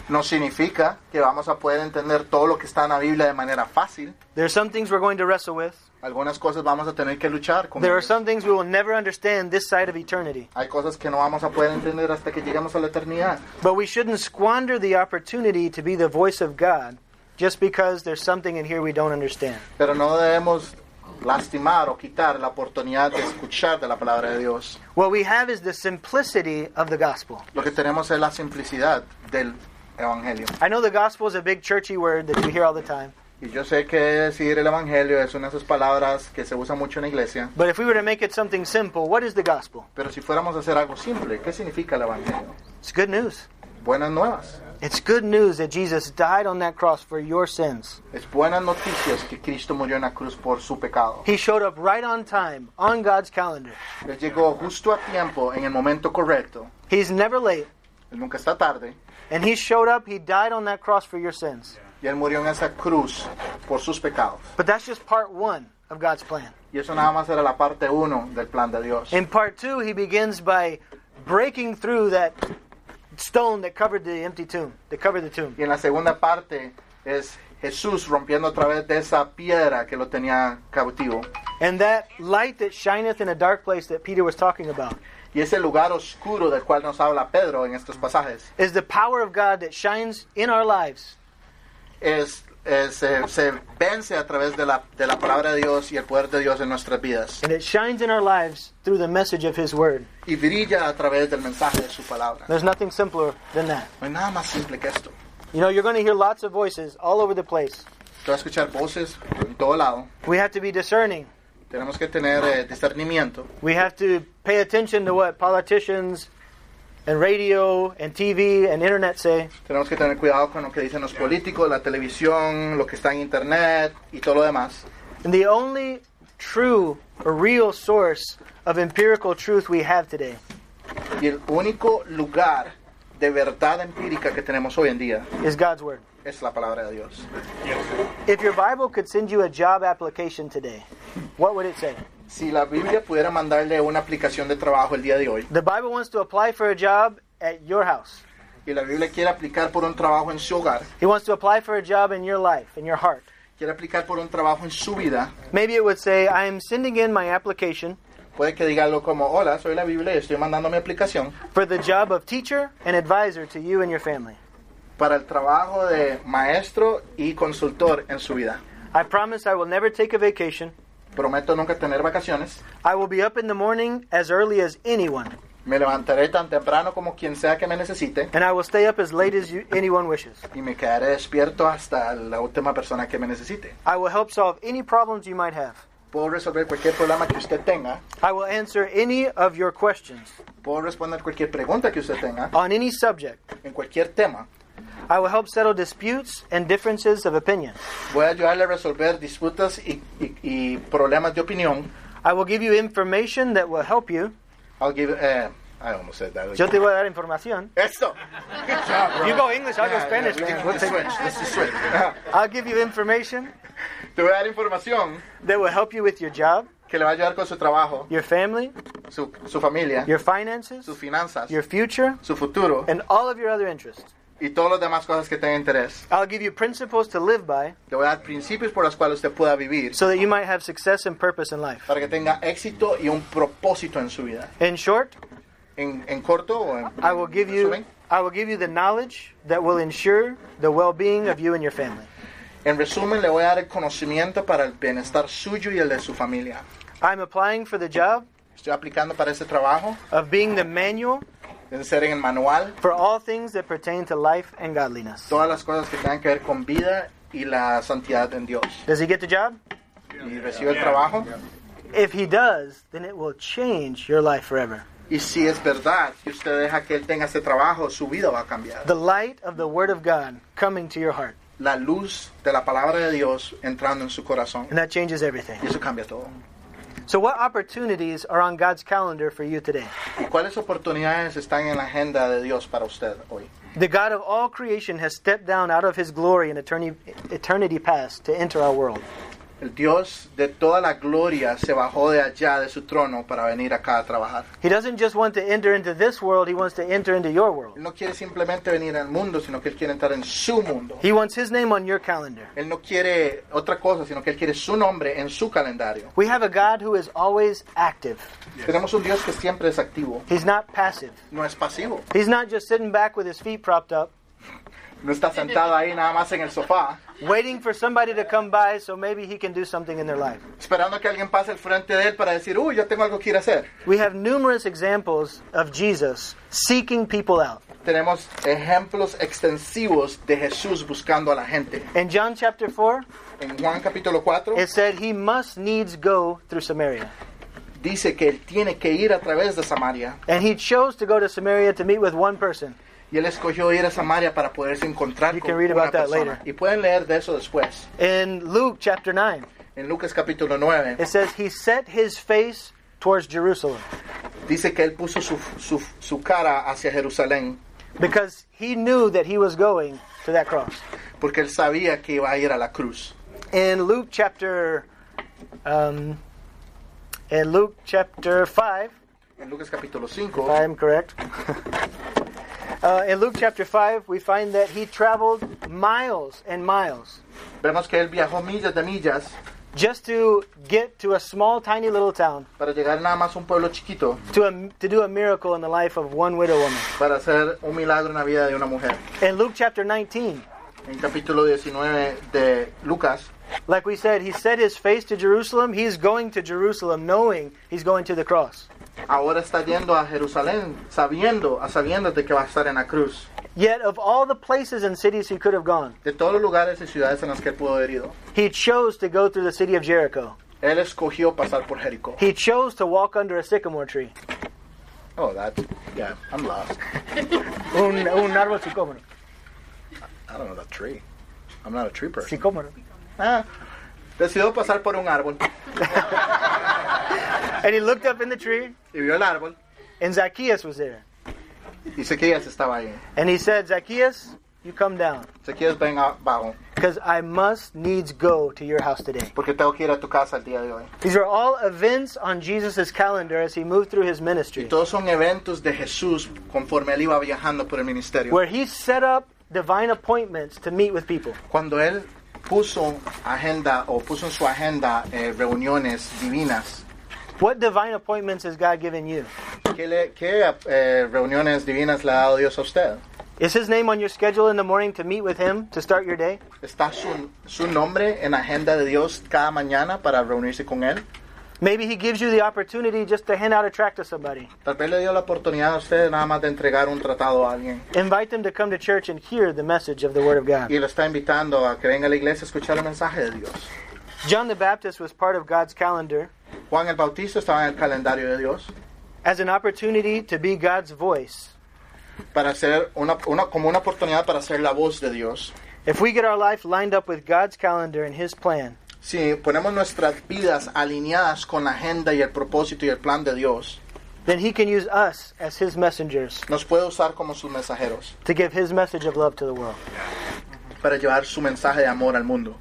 S2: No significa que vamos a poder entender todo lo que está en la Biblia de manera fácil.
S1: There are some things we're going to wrestle with.
S2: Algunas cosas vamos a tener que luchar con
S1: There are
S2: ellas.
S1: some things we will never understand this side of eternity.
S2: Hay cosas que no vamos a poder entender hasta que lleguemos a la eternidad.
S1: But we shouldn't squander the opportunity to be the voice of God just because there's something in here we don't understand.
S2: Pero no debemos lastimar o quitar la oportunidad de escuchar de la palabra de Dios.
S1: What we have is the simplicity of the gospel.
S2: Lo que tenemos es la simplicidad del Evangelio.
S1: I know the gospel is a big churchy word that you hear all the time,
S2: Y yo sé que decir el Evangelio es una de esas palabras que se usa mucho en la iglesia.
S1: but if we were to make it something simple, what is the gospel?
S2: Pero si fuéramos a hacer algo simple, ¿qué significa el Evangelio?
S1: It's good news.
S2: Buenas nuevas.
S1: It's good news that Jesus died on that cross for your sins.
S2: Es buenas noticias que Cristo murió en la cruz por su pecado.
S1: He showed up right on time, on God's calendar.
S2: Él llegó justo a tiempo, en el momento correcto.
S1: He's never late.
S2: Él nunca está tarde.
S1: And he showed up, he died on that cross for your sins.
S2: Y él murió en esa cruz por sus pecados.
S1: But that's just part one of God's plan.
S2: Y eso nada más era la parte uno del plan de Dios.
S1: In part two, he begins by breaking through that stone that covered the empty tomb, that covered the tomb.
S2: Y en la segunda parte es Jesús rompiendo a través de esa piedra que lo tenía cautivo.
S1: And that light that shineth in a dark place that Peter was talking about
S2: Y ese lugar oscuro del cual nos habla Pedro en estos pasajes
S1: is the power of God that shines in our lives
S2: es, es, eh, se vence a través de la, de la palabra de Dios y el poder de Dios en nuestras vidas.
S1: And it shines in our lives through the message of His Word.
S2: Y brilla a través del mensaje de su palabra.
S1: There's nothing simpler than that.
S2: No hay nada más simple que esto.
S1: You know, you're going to hear lots of voices all over the place.
S2: Te va a escuchar voces en todo lado.
S1: We have to be discerning.
S2: Tenemos que tener eh, discernimiento.
S1: We have to pay attention to what politicians and radio and TV and internet say.
S2: Tenemos que tener cuidado con lo que dicen los políticos, la televisión, lo que está en internet y todo lo demás.
S1: And the only true or real source of empirical truth we have today
S2: Y el único lugar de verdad empírica que tenemos hoy en día
S1: is God's Word.
S2: es la palabra de Dios.
S1: If your Bible could send you a job application today, what would it say?
S2: Si la Biblia pudiera mandarle una aplicación de trabajo el día de hoy
S1: The Bible wants to apply for a job at your house.
S2: y la Biblia quiere aplicar por un trabajo en su hogar,
S1: He wants to apply for a job in your life, in your heart.
S2: quiere aplicar por un trabajo en su vida,
S1: Maybe it would say, I am sending in my application
S2: puede que diga algo como, hola, soy la Biblia y estoy mandando mi aplicación
S1: for the job of teacher and advisor to you and your family.
S2: para el trabajo de maestro y consultor en su vida.
S1: I promise I will never take a vacation.
S2: Prometo nunca tener vacaciones.
S1: I will be up in the morning as early as anyone,
S2: Me levantaré tan temprano como quien sea que me necesite
S1: and I will stay up as late as you, anyone wishes.
S2: y me quedaré despierto hasta la última persona que me necesite.
S1: I will help solve any problems you might have.
S2: Puedo resolver cualquier problema que usted tenga,
S1: I will answer any of your questions
S2: puedo responder cualquier pregunta que usted tenga
S1: on any subject.
S2: en cualquier tema.
S1: I will help settle disputes and differences of opinion.
S2: Voy a ayudarle a resolver disputas y, y- y problemas de opinión.
S1: I will give you information that will help you.
S2: I'll give- eh, I almost said that.
S1: Yo te voy a dar información.
S2: Esto. Good job, bro.
S1: You go English, I'll go
S2: Yeah,
S1: Spanish.
S2: yeah,
S1: We'll
S2: let's
S1: take-
S2: switch, let's just switch. Ajá.
S1: I'll give you information
S2: Te voy a dar información
S1: that will help you with your job,
S2: que le va a ayudar con su trabajo,
S1: your family,
S2: su, su familia,
S1: your finances,
S2: sus finanzas,
S1: your future,
S2: su futuro
S1: and all of your other interests.
S2: y y todas las demás cosas que tenga interés.
S1: I'll give you principles to live by
S2: Le voy a dar principios por los cuales usted pueda vivir
S1: so that you might have success and purpose in life.
S2: para que tenga éxito y un propósito en su vida.
S1: In short,
S2: En, en corto o en
S1: I will give you
S2: resumen,
S1: I will give you the knowledge that will ensure the well-being of you and your family.
S2: en resumen, le voy a dar el conocimiento para el bienestar suyo y el de su familia.
S1: I'm applying for the job
S2: Estoy aplicando para ese trabajo,
S1: of being the manual
S2: de ser en el manual,
S1: for all things that pertain to life and godliness.
S2: todas las cosas que tengan que ver con vida y la santidad en Dios.
S1: Does he get the job?
S2: Y recibe el trabajo.
S1: If he does, then it will change your life forever.
S2: Y si es verdad que usted deja que él tenga ese trabajo, su vida va a cambiar.
S1: The light of the word of God coming to your heart,
S2: La luz de la palabra de Dios entrando en su corazón.
S1: and that changes everything.
S2: Y eso cambia todo.
S1: So what opportunities are on God's calendar for you today?
S2: ¿Y cuáles oportunidades están en la agenda de Dios para usted hoy?
S1: The God of all creation has stepped down out of his glory in eternity, eternity past to enter our world.
S2: El Dios de toda la gloria se bajó de allá de su trono para venir acá a trabajar.
S1: He doesn't just want to enter into this world, he wants to enter into your world.
S2: Él no quiere simplemente venir al mundo, sino que él quiere entrar en su mundo.
S1: He wants his name on your calendar.
S2: Él no quiere otra cosa, sino que él quiere su nombre en su calendario.
S1: We have a God who is always active.
S2: Tenemos un Dios que siempre es activo,
S1: He's not passive.
S2: no es pasivo.
S1: He's not just sitting back with his feet propped up,
S2: No está sentado ahí nada más en el sofá,
S1: waiting for somebody to come by so maybe he can do something in their life.
S2: esperando que alguien pase al frente de él para decir, uy, yo tengo algo que ir a hacer.
S1: We have numerous examples of Jesus seeking people out.
S2: Tenemos ejemplos extensivos de Jesús buscando a la gente.
S1: In John chapter 4,
S2: En Juan capítulo 4
S1: it said he must needs go through Samaria.
S2: dice que él tiene que ir a través de Samaria.
S1: And he chose to go to Samaria to meet with one person.
S2: Y él escogió ir a Samaria para poderse encontrar
S1: You
S2: con
S1: can read
S2: una
S1: about that
S2: persona.
S1: later.
S2: Y pueden leer de eso después.
S1: In Luke chapter 9,
S2: En Lucas capítulo 9
S1: it says he set his face towards Jerusalem
S2: dice que él puso su, su- su cara hacia Jerusalén
S1: because he knew that he was going to that cross.
S2: porque él sabía que iba a ir a la cruz.
S1: In Luke chapter um, in Luke chapter 5,
S2: En Lucas capítulo
S1: if
S2: 5
S1: I am correct. uh, in Luke chapter 5, we find that he traveled miles and miles
S2: vemos que él viajó millas de millas
S1: just to get to a small, tiny little town
S2: para llegar nada más a un pueblo chiquito
S1: to, a, to do a miracle in the life of one widow woman.
S2: para hacer un milagro en la vida de una mujer.
S1: In Luke chapter 19,
S2: En capítulo 19 de Lucas
S1: like we said, he set his face to Jerusalem. He's going to Jerusalem knowing he's going to the cross.
S2: ahora está yendo a Jerusalén sabiendo, a sabiendas de que va a estar en la cruz.
S1: Yet, of all the places and cities he could have gone,
S2: De todos los lugares y ciudades en las que él pudo haber ido,
S1: he chose to go through the city of Jericho.
S2: él escogió pasar por Jericó.
S1: He chose to walk under a sycamore tree.
S2: Oh, that, yeah, I'm lost.
S1: Un, un árbol sicómoro.
S2: I don't know that tree. I'm not a tree person.
S1: Sicómoro.
S2: Ah, decidió pasar por un árbol
S1: And he looked up in the tree,
S2: y vio el árbol
S1: and Zacchaeus was there.
S2: y Ezequías estaba ahí.
S1: And he said, Zacchaeus, you come down,
S2: Ezequías, ven abajo
S1: because I must needs go to your house today.
S2: porque tengo que ir a tu casa el día de hoy.
S1: These are all events on Jesus' calendar as he moved through his
S2: Y
S1: ministry,
S2: todos son eventos de Jesús conforme él iba viajando por el ministerio.
S1: where he set up divine appointments to meet with people.
S2: Cuando él puso agenda o puso en su agenda eh, reuniones divinas,
S1: What divine appointments has God given you?
S2: ¿qué, le- qué, eh, reuniones divinas le ha dado Dios a usted?
S1: Is his name on your schedule in the morning to meet with him to start your day?
S2: ¿Está su, su nombre en la agenda de Dios cada mañana para reunirse con él?
S1: Maybe he gives you the opportunity just to hand out a tract to somebody.
S2: Tal vez le dio la oportunidad a usted nada más de entregar un tratado a alguien.
S1: Invite them to come to church and hear the message of the Word of God.
S2: Y lo está invitando a que venga a la iglesia a escuchar el mensaje de Dios.
S1: John the Baptist was part of God's calendar
S2: Juan el Bautista estaba en el calendario de Dios
S1: as an opportunity to be God's voice.
S2: para hacer una, una- como una oportunidad para ser la voz de Dios.
S1: If we get our life lined up with God's calendar and His plan,
S2: Si ponemos nuestras vidas alineadas con la agenda y el propósito y el plan de Dios,
S1: then He can use us as His messengers
S2: nos puede usar como sus mensajeros
S1: to give His message of love to the world.
S2: para llevar su mensaje de amor al mundo.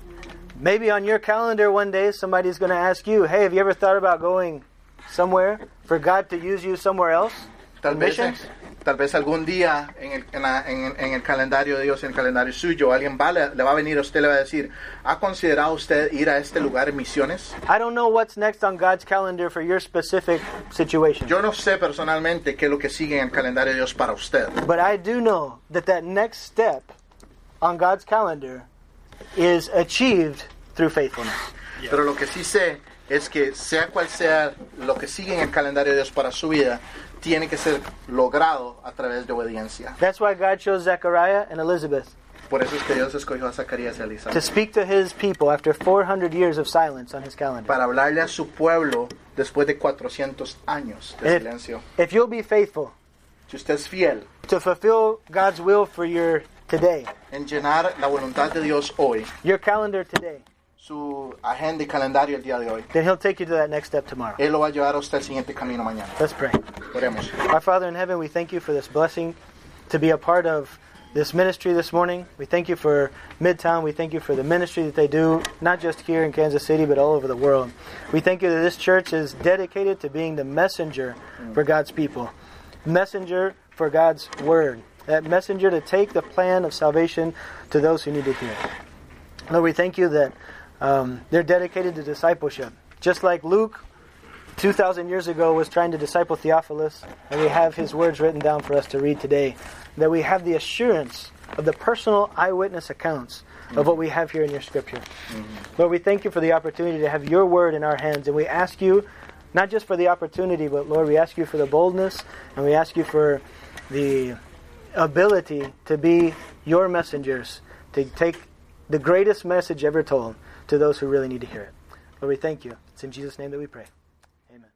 S1: Maybe on your calendar one day somebody's going to ask you, Hey, have you ever thought about going somewhere for God to use you somewhere else?
S2: Tal vez,
S1: Ambitions?
S2: tal vez algún día en el, en la- en- en el calendario de Dios, en el calendario suyo, alguien va, le, le va a venir a usted, le va a decir, ¿ha considerado usted ir a este lugar en misiones?
S1: I don't know what's next on God's calendar for your specific situation.
S2: Yo no sé personalmente qué es lo que sigue en el calendario de Dios para usted,
S1: But I do know that that next step on God's calendar is achieved through faithfulness.
S2: pero lo que sí sé es que sea cual sea lo que sigue en el calendario de Dios para su vida, tiene que ser logrado a través de obediencia.
S1: That's why God chose Zechariah and Elizabeth
S2: Por eso es que Dios escogió a Zacarías y a
S1: to
S2: Elizabeth,
S1: speak to his people after 400 years of silence on his calendar.
S2: para hablarle a su pueblo después de 400 años de
S1: If,
S2: silencio.
S1: if you'll be faithful
S2: Si usted es fiel
S1: to fulfill God's will for your today,
S2: en llenar la voluntad de Dios hoy,
S1: your calendar today,
S2: su agenda y calendario el día de hoy,
S1: then he'll take you to that next step tomorrow.
S2: Él lo va a llevar a usted al siguiente camino mañana.
S1: Let's pray.
S2: Oremos.
S1: Our Father in heaven, we thank you for this blessing to be a part of this ministry this morning. We thank you for Midtown. We thank you for the ministry that they do, not just here in Kansas City, but all over the world. We thank you that this church is dedicated to being the messenger for God's people, messenger for God's word, that messenger to take the plan of salvation to those who need to hear it. Lord, we thank you that um, they're dedicated to discipleship. Just like Luke 2,000 years ago was trying to disciple Theophilus, and we have his words written down for us to read today, that we have the assurance of the personal eyewitness accounts of what we have here in your scripture. Lord, we thank you for the opportunity to have your word in our hands, and we ask you not just for the opportunity, but Lord, we ask you for the boldness, and we ask you for the ability to be your messengers, to take the greatest message ever told to those who really need to hear it. Lord, we thank you. It's in Jesus' name that we pray. Amen.